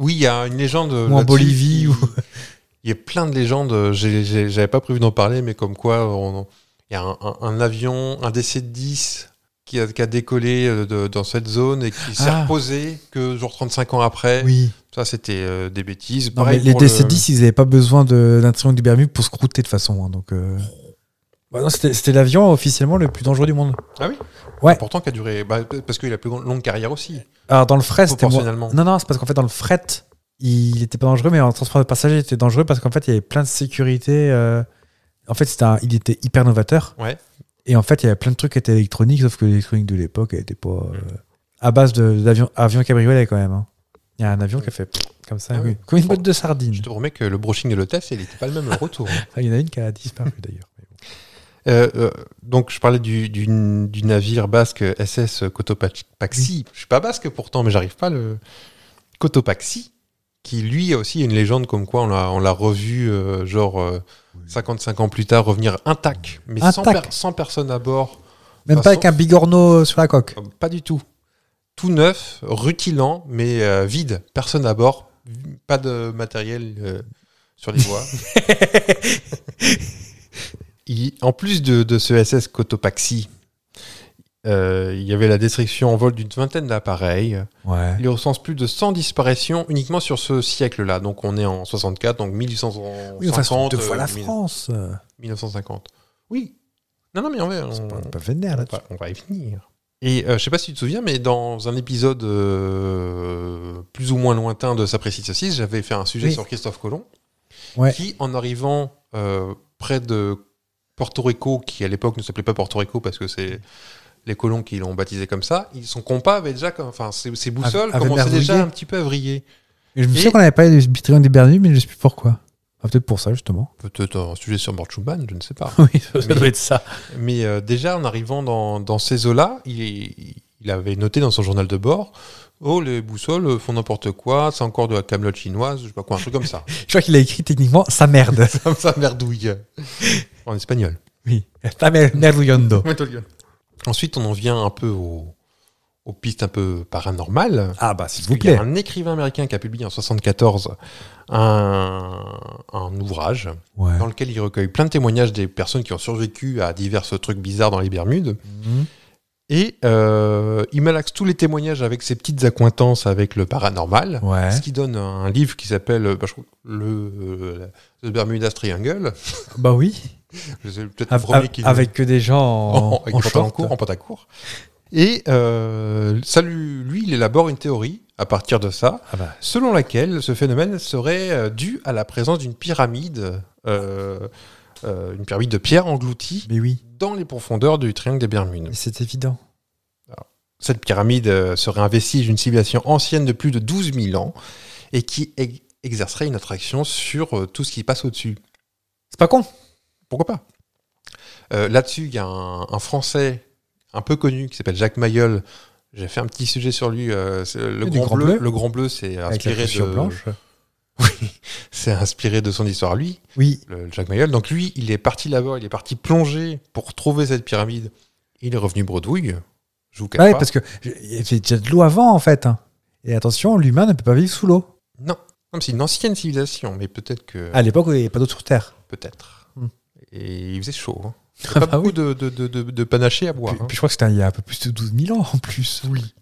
S2: Oui, il y a une légende.
S1: en Bolivie, ou-
S2: (laughs) Il y a plein de légendes. j'ai- j'ai- J'avais pas prévu d'en parler, mais comme quoi, on- il y a un, un- un avion, un DC-10 qui a, qui a décollé euh, de- dans cette zone et qui s'est
S1: Ah.
S2: reposé que genre 35 ans après.
S1: Oui.
S2: Ça, c'était euh, des bêtises.
S1: Non,
S2: Pareil
S1: mais les
S2: pour le-
S1: DC-10, ils n'avaient pas besoin de- d'un triangle du Bermude pour se croûter de toute façon. hein, donc, euh. Bah non, c'était c'était l'avion officiellement le plus dangereux du monde. ouais.
S2: Pourtant, qui a duré. bah, parce qu'il a plus longue carrière aussi.
S1: Alors, dans le fret, Ah, c'était. moins-
S2: Proportionnellement.
S1: Non, non, c'est parce qu'en fait, dans le fret, il était pas dangereux, mais en transport de passagers, il était dangereux parce qu'en fait, il y avait plein de sécurité. euh, En fait, c'était un- il était hyper novateur.
S2: Ouais.
S1: Et en fait, il y avait plein de trucs qui étaient électroniques, sauf que l'électronique de l'époque, elle était pas. euh, À base de- d'avion avion cabriolet, quand même. hein. Il y a un avion qui a fait comme ça,
S2: Ah
S1: oui.
S2: oui.
S1: comme une boîte de sardines.
S2: Je te promets que le brushing et le test, il n'était pas le même au retour.
S1: Ah, Il y en a une qui a disparu d'ailleurs. Mais bon.
S2: Euh, euh, donc, je parlais du, du- du navire basque SS Cotopaxi. Je suis pas basque pourtant, mais j'arrive pas le. Cotopaxi, qui lui aussi a une légende comme quoi on l'a, on l'a revu, euh, genre euh, 55 ans plus tard, revenir intact, mais sans,
S1: Intact.
S2: per- sans personne à bord.
S1: Même
S2: Bah,
S1: pas avec
S2: sauf-
S1: un bigorneau sur la coque.
S2: Euh, Pas du tout. Tout neuf, rutilant, mais euh, vide. Personne à bord, pas de matériel euh, sur les
S1: (laughs)
S2: voies. Il- en plus de, de ce SS Cotopaxi, euh, il y avait la destruction en vol d'une vingtaine d'appareils.
S1: Ouais.
S2: Il recense plus de 100 disparitions uniquement sur ce siècle-là. Donc on est en 64, donc 1850.
S1: Oui, enfin, c'est deux
S2: euh,
S1: fois la
S2: 1000,
S1: France. euh,
S2: 1950. Oui. Non, non, mais en vrai,
S1: C'est
S2: on-
S1: pas, pas vénère
S2: on
S1: là-dessus.
S2: va, on va y venir. Et euh, je sais pas si tu te souviens, mais dans un épisode euh, plus ou moins lointain de Sa Précise Saucisse, j'avais fait un sujet
S1: Oui.
S2: sur Christophe Colomb,
S1: Ouais.
S2: qui, en arrivant euh, près de Porto Rico, qui à l'époque ne s'appelait pas Porto Rico parce que c'est les colons qui l'ont baptisé comme ça, ils son compas avait déjà, comme- enfin, ses, ses boussoles
S1: Avait- avait
S2: commençaient déjà
S1: barbouillé.
S2: un petit peu à vriller.
S1: Et je me
S2: Et-
S1: souviens qu'on avait parlé du triangle des Bermudes, mais je ne sais plus pourquoi. Ah, Peut-être pour ça, justement.
S2: Peut-être un sujet sur Mort Schumann, je ne sais pas.
S1: (laughs) oui, ça,
S2: doit
S1: être ça.
S2: Mais euh, déjà, en arrivant dans, dans ces eaux-là, il, est- il avait noté dans son journal de bord Oh, les boussoles euh, font n'importe quoi, c'est encore de la camelote chinoise, je sais pas quoi, un truc comme ça. (laughs)
S1: Je crois qu'il a écrit techniquement sa merde.
S2: Comme ça, merdouille. En espagnol.
S1: (laughs) oui. Pas mer- merdouillondo.
S2: Ensuite, on en vient un peu au- aux pistes un peu paranormales.
S1: Ah, bah, s'il vous
S2: Il y
S1: plaît.
S2: a un écrivain américain qui a publié en 1974 un, un ouvrage
S1: Ouais.
S2: dans lequel il recueille plein de témoignages des personnes qui ont survécu à divers trucs bizarres dans les Bermudes.
S1: Mhm.
S2: Et euh, il malaxe tous les témoignages avec ses petites accointances avec le paranormal.
S1: Ouais.
S2: Ce qui donne un livre qui s'appelle euh, bah, je crois, le, euh, The Bermudas Triangle.
S1: Bah oui.
S2: Je sais, peut-être le
S1: Av-
S2: premier
S1: av-
S2: qui
S1: avec que des gens
S2: (laughs) en,
S1: en,
S2: avec
S1: en
S2: des pantalons
S1: short.
S2: courts, en pantacourt. Et euh, ça lui, lui, il élabore une théorie à partir de ça,
S1: Ah bah.
S2: selon laquelle ce phénomène serait euh, dû à la présence d'une pyramide, euh, euh, une pyramide de pierre engloutie
S1: Mais oui.
S2: dans les profondeurs du triangle des Bermudes.
S1: Mais C'est évident.
S2: Cette pyramide euh, serait un vestige d'une civilisation ancienne de plus de 12 000 ans et qui ex- exercerait une attraction sur euh, tout ce qui passe au-dessus.
S1: C'est pas con.
S2: Pourquoi pas Euh, Là-dessus, il y a un, un Français un peu connu qui s'appelle Jacques Mayol. J'ai fait un petit sujet sur lui. euh, c'est le,
S1: Oui, du
S2: grand
S1: Grand
S2: bleu,
S1: Bleu.
S2: le Grand Bleu, c'est
S1: Avec la
S2: inspiré,
S1: chaussure
S2: de-
S1: blanche.
S2: c'est inspiré de son histoire à lui,
S1: Oui.
S2: le, le Jacques Mayol. Donc lui, il est parti là-bas, il est parti plonger pour trouver cette pyramide. Il est revenu bredouille. Je vous cache
S1: Ah Ouais,
S2: pas.
S1: parce que je- il y avait déjà de l'eau avant, en fait. hein. Et attention, l'humain ne peut pas vivre sous l'eau.
S2: Non, Non, mais c'est une ancienne civilisation, mais peut-être que...
S1: À l'époque, il n'y avait pas d'eau sur Terre.
S2: Peut-être.
S1: Hmm.
S2: Et il faisait chaud. hein. Il y
S1: Ah
S2: (laughs) avait
S1: bah
S2: pas beaucoup de, de, de, de- de panachés à boire.
S1: Puis,
S2: hein.
S1: puis je crois que c'était il y a un peu plus de 12 000 ans, en plus. Oui.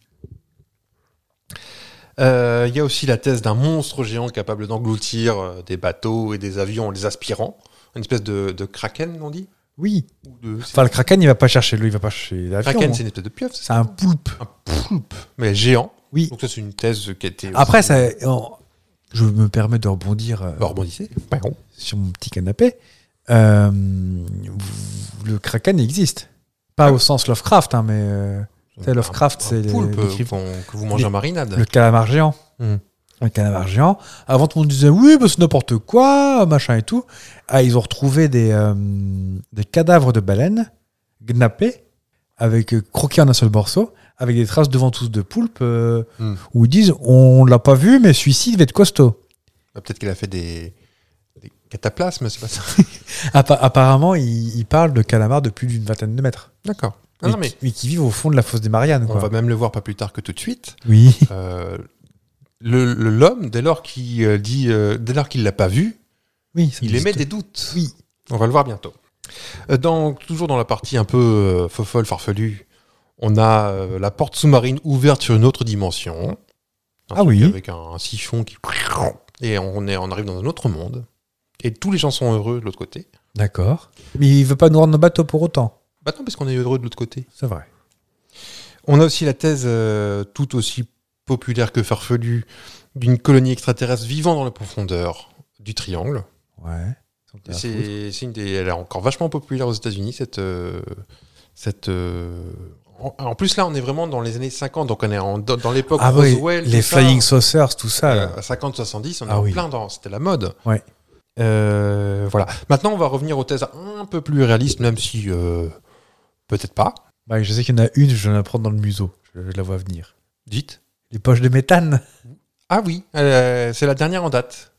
S2: Euh, Il y a aussi la thèse d'un monstre géant capable d'engloutir euh, des bateaux et des avions en les aspirant. Une espèce de, de kraken, on dit
S1: Oui.
S2: Ou de-
S1: Enfin, le kraken, il va pas chercher l'eau, il va pas chercher l'avion.
S2: Kraken,
S1: hein.
S2: c'est une espèce de pieuvre, c'est
S1: c'est
S2: ça
S1: un poulpe.
S2: Un poulpe, mais géant.
S1: Oui.
S2: Donc ça, c'est une thèse qui a été...
S1: Après,
S2: aussi- euh,
S1: ça, on- je me permets de rebondir euh,
S2: Bah, rebondissez. Pardon.
S1: sur mon petit canapé. Euh, vous- le kraken existe. Pas au sens Lovecraft, hein, mais euh, C'est Lovecraft,
S2: Ah. Un- un
S1: c'est les-
S2: poulpe
S1: les
S2: euh,
S1: cryptes.
S2: qu'on- que vous mangez en marinade.
S1: le calamar géant.
S2: Hmm.
S1: Le calamar géant. Avant, tout le monde disait oui, bah, c'est n'importe quoi, machin et tout. Ah, ils ont retrouvé des, euh, des cadavres de baleines gnappés, avec euh, croqués en un seul morceau, avec des traces de ventouses de poulpe, euh,
S2: Hmm.
S1: où ils disent on l'a pas vu, mais celui-ci il va être costaud.
S2: Ah, Peut-être qu'il a fait des, des cataplasmes, c'est pas ça
S1: Appa- apparemment, ils, ils parlent de calamars de plus d'une vingtaine de mètres.
S2: D'accord. Ah,
S1: mais,
S2: non, mais
S1: qui, mais qui vivent au fond de la fosse des Mariannes.
S2: on
S1: quoi.
S2: va même le voir pas plus tard que tout de suite. (laughs)
S1: Oui.
S2: Euh, le- le- L'homme, dès lors qu'il euh, dit, euh, dès lors qu'il l'a pas vu,
S1: oui ça
S2: il
S1: existe.
S2: émet des doutes.
S1: Oui.
S2: On va le voir bientôt. Euh, Dans, toujours dans la partie un peu euh, fofolle, farfelue, on a euh, la porte sous-marine ouverte sur une autre dimension.
S1: Ah
S2: Un truc
S1: oui.
S2: Avec un, un siphon qui. Et on, est, on arrive dans un autre monde. Et tous les gens sont heureux de l'autre côté.
S1: D'accord. Mais il veut pas nous rendre nos bateaux pour autant.
S2: Bah non, parce qu'on est heureux de l'autre côté.
S1: C'est vrai.
S2: On a aussi la thèse euh, tout aussi populaire que farfelue d'une colonie extraterrestre vivant dans la profondeur du triangle.
S1: Ouais. Ah,
S2: Et C'est c'est une des. Elle est encore vachement populaire aux États-Unis, cette. euh, cette euh, en, en plus, là, on est vraiment dans les années 50, donc on est en- dans, dans l'époque
S1: Ah oui,
S2: Roswell.
S1: les
S2: tout ça.
S1: flying saucers, tout ça. là.
S2: Euh, à 50-70, on est
S1: Ah
S2: en
S1: oui.
S2: plein dans. C'était la mode.
S1: Ouais.
S2: Euh, voilà. Maintenant, on va revenir aux thèses un peu plus réalistes, même si. euh, Peut-être pas.
S1: Bah, je sais qu'il y en a une, je viens de la prendre dans le museau. Je, je la vois venir.
S2: Dites.
S1: Les poches de méthane,
S2: Ah oui, euh, c'est la dernière en date.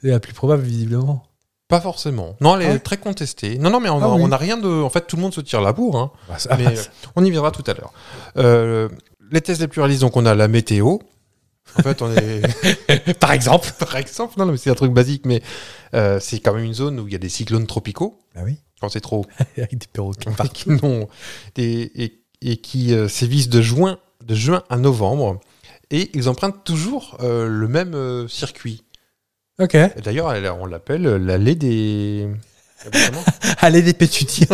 S1: c'est la plus probable, visiblement.
S2: Pas forcément. Non, elle est
S1: Ah ouais.
S2: très contestée. Non, non, mais on
S1: Ah oui.
S2: n'a rien de. En fait, tout le monde se tire la bourre. hein.
S1: Bah, ça-
S2: Mais euh, on y viendra tout à l'heure. Euh, les thèses les plus réalistes, donc on a la météo. En fait, on
S1: (laughs)
S2: est.
S1: Par exemple.
S2: Par exemple, non, non, mais c'est un truc basique, mais euh, c'est quand même une zone où il y a des cyclones tropicaux,
S1: Ah
S2: (laughs)
S1: oui,
S2: quand c'est trop,
S1: avec des perroquets.
S2: enfin, (laughs) qui n'ont- des- et, et qui euh, sévissent de juin, de juin à novembre. Et ils empruntent toujours euh, le même euh, circuit.
S1: Ok.
S2: Et D'ailleurs, elle- on l'appelle euh, l'allée des. Comment
S1: Allez, des
S2: (laughs)
S1: pétuniers.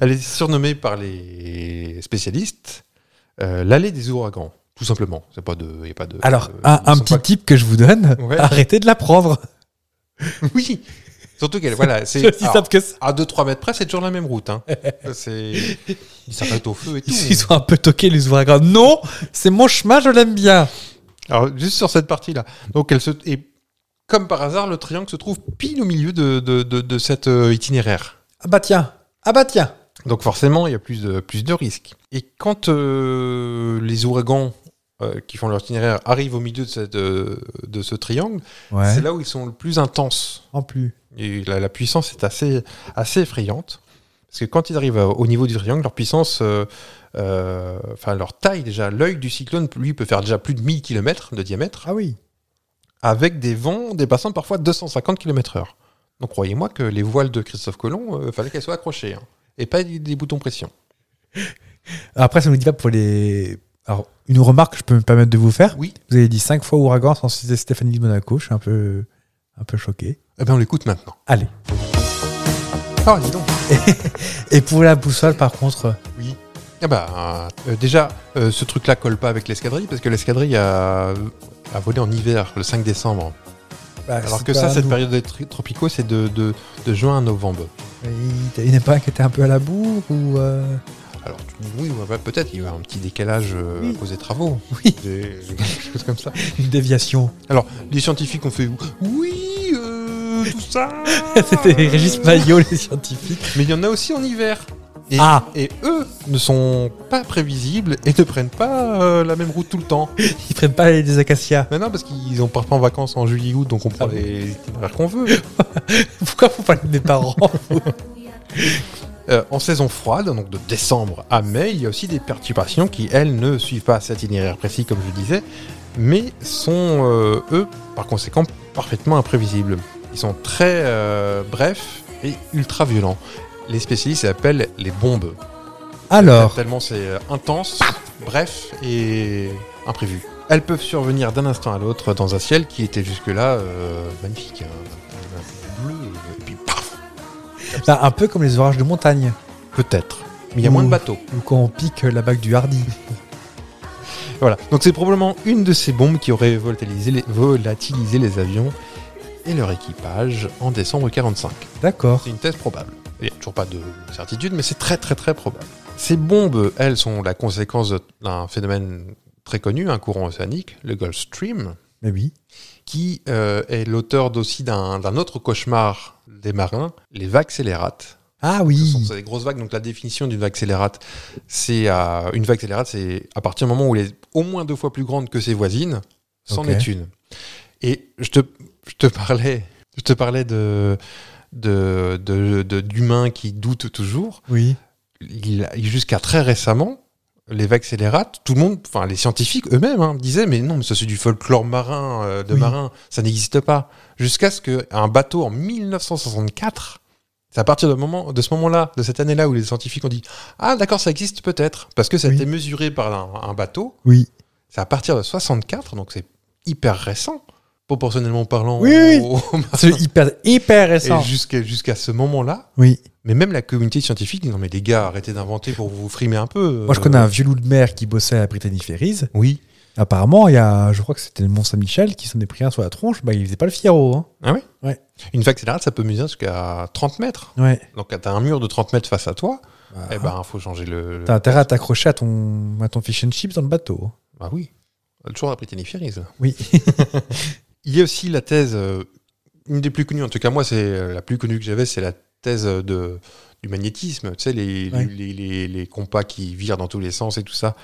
S2: Elle est surnommée par les spécialistes euh, l'allée des ouragans, tout simplement. C'est pas de, y a pas de.
S1: Alors, ah,
S2: euh,
S1: un,
S2: ils
S1: un
S2: sont
S1: petit
S2: pas-
S1: tip que je vous donne
S2: Ouais.
S1: arrêtez de la prendre.
S2: Oui. Surtout qu'elle,
S1: (laughs)
S2: voilà, c'est.
S1: Ils
S2: alors,
S1: savent que ça.
S2: À 2-3 mètres près, c'est toujours la même route. Hein. C'est- Ils s'arrêtent
S1: (laughs)
S2: au feu et tout.
S1: Ils sont un peu toqués, les ouvriers. grands. Non, c'est mon chemin, je l'aime bien.
S2: Alors, juste sur cette partie-là. Donc, elle se. Et comme par hasard, le triangle se trouve pile au milieu de, de, de, de cet euh, itinéraire.
S1: Ah bah tiens, ah bah tiens.
S2: Donc, forcément, il y a plus de, plus de risques. Et quand euh, les ouragans euh, qui font leur itinéraire arrivent au milieu de, cette, euh, de ce triangle,
S1: Ouais.
S2: c'est là où ils sont le plus intenses.
S1: En plus.
S2: Et la, la puissance est assez, assez effrayante. Parce que quand ils arrivent euh, au niveau du triangle, leur puissance, euh, euh, enfin leur taille déjà, l'œil du cyclone, lui, peut faire déjà plus de 1000 km de diamètre,
S1: Ah oui.
S2: avec des vents dépassant parfois 250 km/h. Donc croyez-moi que les voiles de Christophe Colomb, euh, fallait qu'elles soient accrochées, hein, et pas des, des boutons pression.
S1: Après, ça nous dit là pour les. Alors, une remarque que je peux me permettre de vous faire.
S2: Oui.
S1: Vous avez dit cinq fois ouragan sans citer Stéphanie de Monaco. Je suis un peu, un peu choqué.
S2: Eh bien on l'écoute maintenant.
S1: Allez.
S2: Ah, dis donc
S1: Et pour la boussole, par contre.
S2: Oui. Ah bah, euh, déjà, euh, ce truc-là colle pas avec l'escadrille, parce que l'escadrille a, a volé en hiver, le 5 décembre.
S1: bah,
S2: Alors
S1: c'est
S2: que
S1: pas
S2: ça,
S1: un
S2: cette
S1: nou-
S2: période des tri- tropicaux, c'est de, de, de juin à novembre.
S1: Il- Il n'est pas inquiété un peu à la bourre ou. euh,
S2: Alors, tu dis, oui, ouais, ouais, peut-être, il y a un petit décalage euh,
S1: Oui.
S2: à cause des travaux.
S1: Oui.
S2: (laughs) Des, quelque chose comme ça.
S1: Une déviation.
S2: Les scientifiques ont fait, oui, euh, tout ça.
S1: (laughs) Ah. C'était Régis
S2: Mais
S1: Maillot, les scientifiques.
S2: il y en a aussi en hiver. Et,
S1: Ah.
S2: et eux ne sont pas prévisibles et ne prennent pas euh, la même route tout le temps.
S1: Ils prennent pas les acacias. (laughs)
S2: Mais non, parce qu'ils ont partent pas en vacances en juillet-août, donc on prend
S1: Ah bon.
S2: les itinéraires qu'on veut.
S1: Pourquoi faut parler de mes parents
S2: Euh, en saison froide, donc de décembre à mai, il y a aussi des perturbations qui, elles, ne suivent pas cet itinéraire précis, comme je disais, mais sont, euh, eux, par conséquent, parfaitement imprévisibles. Ils sont très euh, brefs et ultra violents. Les spécialistes les appellent les bombes.
S1: Alors,
S2: Tellement c'est euh, intense, bref et imprévu. Elles peuvent survenir d'un instant à l'autre dans un ciel qui était jusque-là euh, magnifique. hein, bleu, et puis paf
S1: là, Bah, un peu comme les orages de montagne,
S2: Peut-être. Mais il y a moins de
S1: Ouh.
S2: bateaux.
S1: ou quand on pique la bague du Hardy.
S2: Voilà. Donc c'est probablement une de ces bombes qui aurait volatilisé les, volatilisé les avions et leur équipage en décembre 45.
S1: D'accord.
S2: C'est une thèse probable. Il n'y a toujours pas de certitude, mais c'est très très très probable. Ces bombes, elles, sont la conséquence d'un phénomène très connu, un courant océanique, le Gulf Stream,
S1: Mais oui.
S2: qui euh, est l'auteur d'aussi d'un d'un autre cauchemar des marins, les vagues scélérates.
S1: Ah
S2: Ce sont
S1: oui.
S2: des grosses vagues, donc la définition d'une vague scélérate, c'est euh, une vague scélérate, c'est à partir du moment où elle est au moins deux fois plus grande que ses voisines, c'en
S1: Ok.
S2: est une. Et je te, je te parlais, je te parlais de de- de- de- d'humains qui doutent toujours
S1: Oui.
S2: il- jusqu'à très récemment, les vagues scélérates, tout le monde, enfin les scientifiques eux-mêmes, hein, disaient mais non, mais ça c'est du folklore marin, euh, de
S1: Oui.
S2: marin, ça n'existe pas. Jusqu'à ce qu'un bateau en 1964, c'est à partir de, moment, de ce moment-là, de cette année-là, où les scientifiques ont dit ah d'accord, ça existe peut-être, parce que ça a
S1: Oui.
S2: été mesuré par un, un bateau.
S1: Oui.
S2: C'est à partir de 64, donc c'est hyper récent, proportionnellement parlant.
S1: Oui, oui.
S2: au- au-
S1: Ah, C'est hyper, hyper récent.
S2: et jusqu'à jusqu'à ce moment-là.
S1: Oui.
S2: Mais même la communauté scientifique dit non mais les gars, arrêtez d'inventer pour vous frimer un peu. euh,
S1: Moi, je connais un vieux loup de mer qui bossait à Brittany Ferries.
S2: Oui.
S1: Apparemment, il y a, je crois que c'était le Mont-Saint-Michel qui s'en est pris un sur la tronche. Bah, il faisait pas le Figaro. Hein.
S2: Ah ouais
S1: Ouais.
S2: Une vague scélérate, ça peut mesurer jusqu'à 30 mètres.
S1: Ouais.
S2: Donc quand t'as un mur de 30 mètres face à toi,
S1: Bah,
S2: eh ben faut changer le. le-
S1: T'as intérêt à t'accrocher à ton, à ton fish and chips dans le bateau. hein.
S2: Bah oui. Toujours la Brittany Ferries.
S1: Oui.
S2: Il y a aussi la thèse, euh, une des plus connues, en tout cas moi c'est euh, la plus connue que j'avais, c'est la thèse euh, de, du magnétisme, tu sais, les,
S1: Ouais.
S2: les, les- les compas qui virent dans tous les sens et tout ça.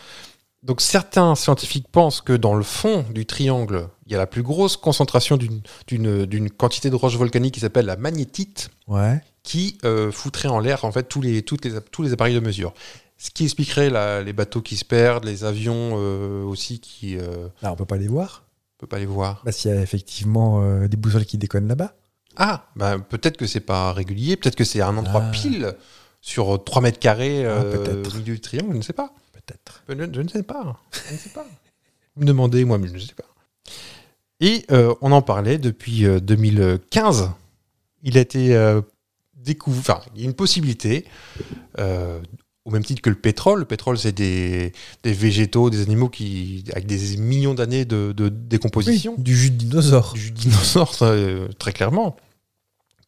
S2: Donc certains scientifiques pensent que dans le fond du triangle, il y a la plus grosse concentration d'une- d'une d'une quantité de roche volcanique qui s'appelle la magnétite,
S1: (laughs) Ouais.
S2: qui euh, foutrait en l'air en fait tous les, toutes les, tous les appareils de mesure. Ce qui expliquerait la- les bateaux qui se perdent, les avions euh, aussi qui... euh,
S1: Là, on peut pas les voir.
S2: on peut pas les voir.
S1: Bah, s'il y a effectivement euh, des boussoles qui déconnent là-bas.
S2: Ah, bah, peut-être que c'est pas régulier, peut-être que c'est un endroit
S1: Ah.
S2: pile sur 3 mètres carrés
S1: Ah,
S2: euh,
S1: peut-être.
S2: au milieu du triangle, je ne sais pas.
S1: Peut-être.
S2: Je, je ne sais pas. hein. Je ne sais pas. Vous me demandez, moi, mais je ne sais pas. Et euh, on en parlait depuis euh, 2015. Il a été euh, découvert. Enfin, il y a une possibilité, euh, au même titre que le pétrole. Le pétrole, c'est des, des végétaux, des animaux qui, avec des millions d'années de, de décomposition
S1: du jus de dinosaure.
S2: du dinosaure, ça, euh, très clairement,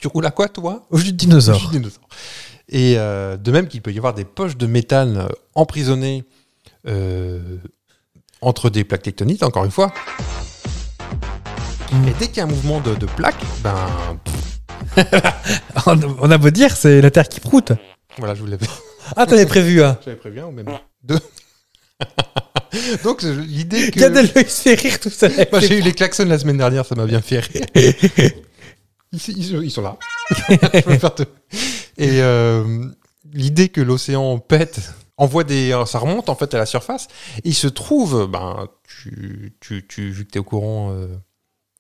S2: tu roules à quoi, toi
S1: Au jus de dinosaure.
S2: Juste dinosaures. Et euh, de même qu'il peut y avoir des poches de métal euh, emprisonnées euh, entre des plaques tectoniques, encore une fois. Et dès qu'il y a un mouvement de, de plaque, ben pff,
S1: On (laughs) on a beau dire, c'est la Terre qui proute.
S2: voilà, je vous l'avais (laughs)
S1: Ah, t'avais prévu, hein
S2: j'avais prévu un ou même deux. (laughs) Donc je- l'idée que
S1: Gad Elmaleh se fait rire tout
S2: (laughs)
S1: seul.
S2: Moi, Bah, j'ai eu les klaxons la semaine dernière, ça m'a bien fait rire. (laughs) Ils, ils- ils sont (laughs) là. Je peux faire tout. Et euh, l'idée que l'océan pète, envoie des, euh, ça remonte en fait à la surface. Et il se trouve, ben, tu, tu, tu, vu que tu es au courant euh,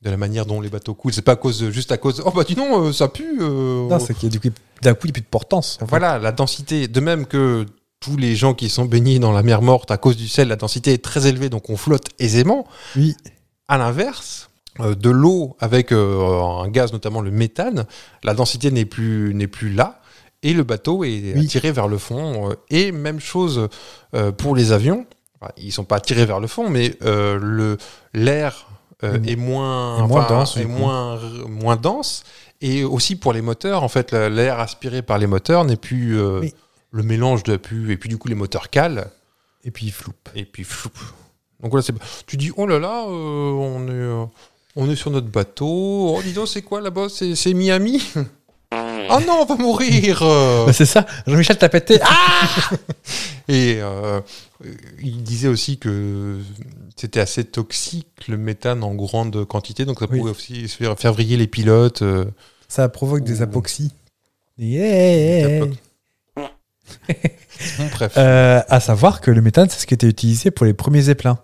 S2: de la manière dont les bateaux coulent, c'est pas à cause, de- juste à cause. Oh bah dis non, euh, ça pue. euh,
S1: Non, c'est qu'il y a du coup, d'un coup, il n'y a plus de portance.
S2: voilà, la densité, de même que tous les gens qui sont baignés dans la mer morte à cause du sel, la densité est très élevée, donc on flotte aisément.
S1: Oui.
S2: À l'inverse, euh, de l'eau avec euh, un gaz, notamment le méthane, la densité n'est plus, n'est plus là. Et le bateau est
S1: Oui.
S2: attiré vers le fond. euh, Et même chose euh, pour les avions. Enfin, ils sont pas attirés vers le fond, mais euh, le- l'air euh,
S1: Est-
S2: est moins,
S1: Mmh. est moins
S2: enfin,
S1: dense,
S2: est
S1: du coup.
S2: moins, moins dense. Et aussi pour les moteurs, en fait, la- l'air aspiré par les moteurs n'est plus euh,
S1: Oui.
S2: le mélange de plus. Et puis du coup, les moteurs calent.
S1: Et puis, il floupe.
S2: Et puis, floup. Donc là, c'est. Tu dis, oh là là, euh, on est. euh, on est sur notre bateau. Oh, dis donc, c'est quoi là-bas C'est c'est Miami Oh non, on va mourir euh.
S1: Bah, c'est ça, Jean-Michel t'a pété. Ah
S2: Et euh, il disait aussi que c'était assez toxique, le méthane en grande quantité. Donc ça
S1: Oui.
S2: pouvait aussi se faire, faire vriller les pilotes. euh,
S1: Ça provoque des
S2: Ouh.
S1: apoxies. Oh. Yeah. (laughs)
S2: apox- bref.
S1: eh. Euh, à savoir que le méthane, c'est ce qui était utilisé pour les premiers zeppelins.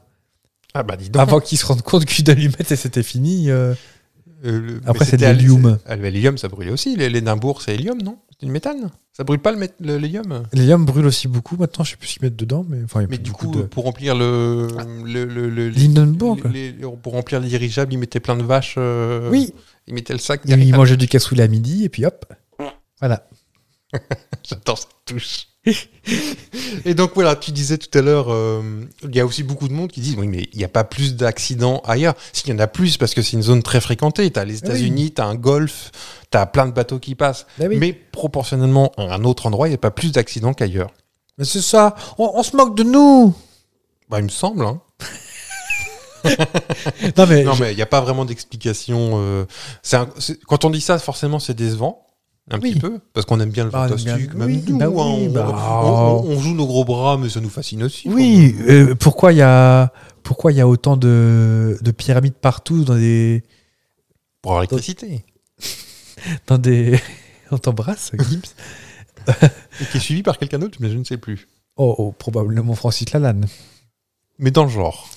S2: ah bah dis donc.
S1: Avant qu'ils se rendent compte qu'une allumette et c'était fini. euh,
S2: Euh, le-
S1: Après,
S2: mais
S1: c'est de
S2: c'était à-
S1: l'hélium.
S2: à L'hélium, ça brûlait aussi. L'Hé- L'Édimbourg, c'est hélium, non C'est du méthane. Ça brûle pas le mét- le- l'hélium
S1: L'hélium brûle aussi beaucoup. Maintenant, je sais plus ce qu'ils mettent dedans, mais enfin, il y a
S2: Mais
S1: plus
S2: du
S1: beaucoup
S2: coup, euh,
S1: de.
S2: pour remplir le. le, le- le-
S1: Lindenburg, quoi.
S2: les- les- pour remplir les dirigeables, ils mettaient plein de vaches. euh,
S1: Oui,
S2: Ils mettaient le sac.
S1: il
S2: derrière.
S1: mangeait du cassoulet à midi et puis hop. Voilà.
S2: (laughs) J'adore cette touche. Et donc voilà, tu disais tout à l'heure, euh, il y a aussi beaucoup de monde qui disent oui, mais il n'y a pas plus d'accidents ailleurs. S'il y en a plus, parce que c'est une zone très fréquentée. Tu as
S1: Ah
S2: les États-Unis, tu as un golfe, tu as plein de bateaux qui passent.
S1: Ah
S2: Mais proportionnellement à un autre endroit, il n'y a pas plus d'accidents qu'ailleurs.
S1: Mais c'est ça, on, on se moque de nous.
S2: Bah, il me semble. hein.
S1: Non mais,
S2: Non, mais il n'y a pas vraiment d'explication. euh, c'est un- c'est- Quand on dit ça, forcément, c'est décevant. Un
S1: Oui.
S2: petit peu, parce qu'on aime bien le
S1: Bah, on aime
S2: fantastique,
S1: bien-
S2: même
S1: oui,
S2: nous,
S1: bah
S2: hein,
S1: oui,
S2: on,
S1: bah.
S2: on- on- on joue nos gros bras, mais ça nous fascine aussi.
S1: oui, euh, pourquoi il y a pourquoi il y a autant de, de pyramides partout dans des
S2: Pour avoir l'électricité.
S1: dans des (laughs) on t'embrasse Gibbs
S2: Et qui est suivi par quelqu'un d'autre, mais je ne sais plus.
S1: oh, oh, probablement Francis Lalanne.
S2: Mais dans le genre.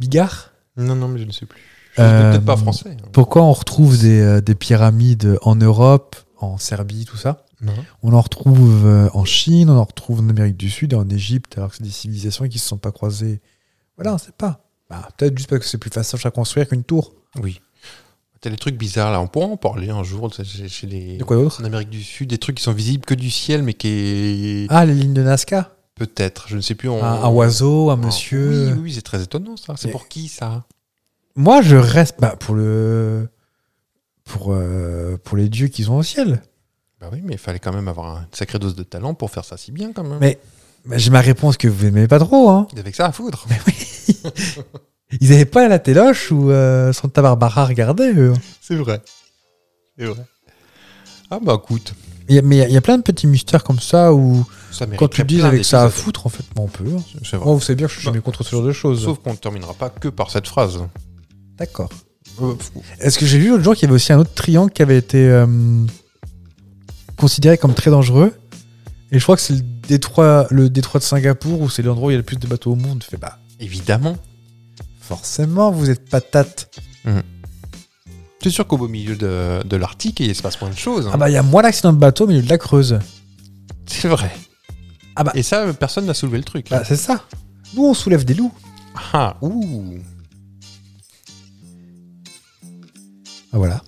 S1: Bigard.
S2: Non, non, mais je ne sais plus. Je ne
S1: Euh,
S2: sais peut-être pas français. hein.
S1: Pourquoi on retrouve des, euh, des pyramides en Europe, en Serbie, tout ça
S2: Non.
S1: On en retrouve euh, en Chine, on en retrouve en Amérique du Sud et en Égypte, alors que c'est des civilisations qui se sont pas croisées. Voilà, on sait pas. Bah, Peut-être juste parce que c'est plus facile à construire qu'une tour.
S2: Oui. T'as des trucs bizarres là. On pourra en parler un jour tu sais, chez, chez les.
S1: De quoi d'autre
S2: en Amérique du Sud, des trucs qui sont visibles que du ciel, mais qui est.
S1: Ah, les lignes de Nazca
S2: Peut-être. Je ne sais plus. on-
S1: un, un oiseau, un
S2: on-
S1: monsieur.
S2: Oh. Ah, Oui, oui, oui, c'est très étonnant ça. C'est
S1: Et-
S2: pour qui ça
S1: Moi, je reste bah, pour le pour euh, pour les dieux qu'ils ont au ciel.
S2: Bah oui, mais il fallait quand même avoir une sacrée dose de talent pour faire ça si bien quand même.
S1: Mais- Bah, J'ai ma réponse que vous aimez pas trop. Hein.
S2: Avec ça à foudre.
S1: Ils n'avaient pas la téloche ou euh, Santa Barbara à regarder. eux.
S2: (laughs) C'est vrai. C'est vrai. Ah bah écoute,
S1: Il y a- Mais il y a- il y, a plein de petits mystères comme ça où
S2: ça mérite.
S1: quand tu dis avec ça à foutre, en fait, bah, on peut. hein.
S2: C'est vrai.
S1: Moi, vous savez bien que je suis jamais contre ce genre de choses.
S2: Sauf qu'on ne terminera pas que par cette phrase. Euh,
S1: D'accord. Est-ce que j'ai vu l'autre jour qu'il y avait aussi un autre triangle qui avait été euh, considéré comme très dangereux Et je crois que c'est le détroit, le détroit de Singapour où c'est l'endroit où il y a le plus de bateaux au monde. Je fais bah,
S2: Évidemment.
S1: forcément, vous êtes patate.
S2: C'est sûr qu'au beau milieu de, de l'Arctique, il se passe moins de choses. hein.
S1: Ah bah, il y a moins d'accidents de bateau au milieu de la Creuse.
S2: C'est vrai.
S1: Ah bah.
S2: Et ça, personne n'a soulevé le truc.
S1: Bah, c'est ça. Nous, on soulève des loups.
S2: Ah, ouh.
S1: Ah, voilà.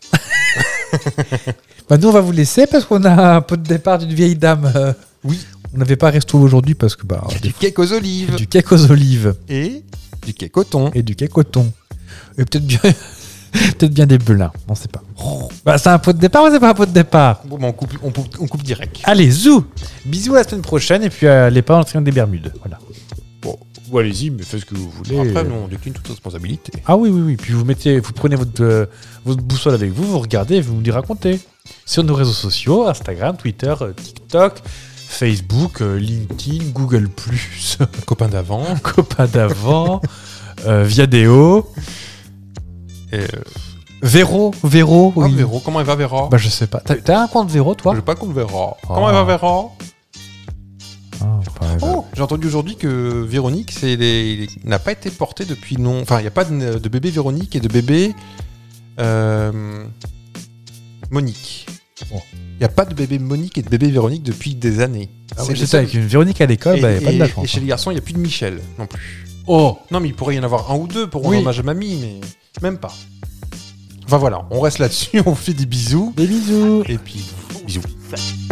S1: (laughs) bah, nous, on va vous laisser parce qu'on a un pot de départ d'une vieille dame. euh,
S2: Oui.
S1: On n'avait pas resto aujourd'hui parce que, bah,
S2: Il y a Ah, du cake aux olives.
S1: du cake aux olives
S2: Et du cake au thon.
S1: et du cake au thon. Et peut-être bien (laughs) Peut-être bien des belins, on sait pas. Oh, bah, c'est un pot de départ ou c'est pas un pot de départ
S2: Bon, bah, on, coupe, on, coupe, on coupe direct.
S1: Allez, zou Bisous à la semaine prochaine et puis euh, les pas dans le triangle des Bermudes. Voilà.
S2: Bon, ou allez-y, mais faites ce que vous voulez. Après, nous, on décline toute responsabilité.
S1: Ah oui, oui, oui. Puis vous mettez, vous prenez votre, euh, votre boussole avec vous, vous regardez et vous nous racontez. Sur nos réseaux sociaux, Instagram, Twitter, euh, TikTok, Facebook, euh, LinkedIn, Google+,
S2: Copain d'avant,
S1: (laughs) Copain d'avant, euh, Viadeo,
S2: et, euh,
S1: Véro, Véro,
S2: ah,
S1: oui.
S2: Véro, comment elle va, Véro
S1: Bah je sais pas. T'as- T'as un compte Véro, toi
S2: Je pas qu'on Véro. Comment elle va, Véro
S1: Ah, pas-
S2: Oh, j'ai entendu aujourd'hui que Véronique c'est les- les- n'a pas été portée depuis non. Enfin, il n'y a pas de, de bébé Véronique et de bébé euh, Monique. Il
S1: Oh.
S2: n'y a pas de bébé Monique et de bébé Véronique depuis des années.
S1: Ah
S2: C'est
S1: oui,
S2: le
S1: c'est ça,
S2: seul-
S1: avec une Véronique à l'école,
S2: et,
S1: bah, y a pas de la
S2: et-
S1: chance.
S2: et chez les garçons, il n'y a plus de Michel non plus.
S1: hein. Oh
S2: Non, mais il pourrait y en avoir un ou deux pour
S1: Oui.
S2: rendre hommage à mamie, mais même pas. (laughs) Enfin voilà, on reste là-dessus, on vous fait des bisous.
S1: Des bisous
S2: Et puis, bisous.
S4: Fact.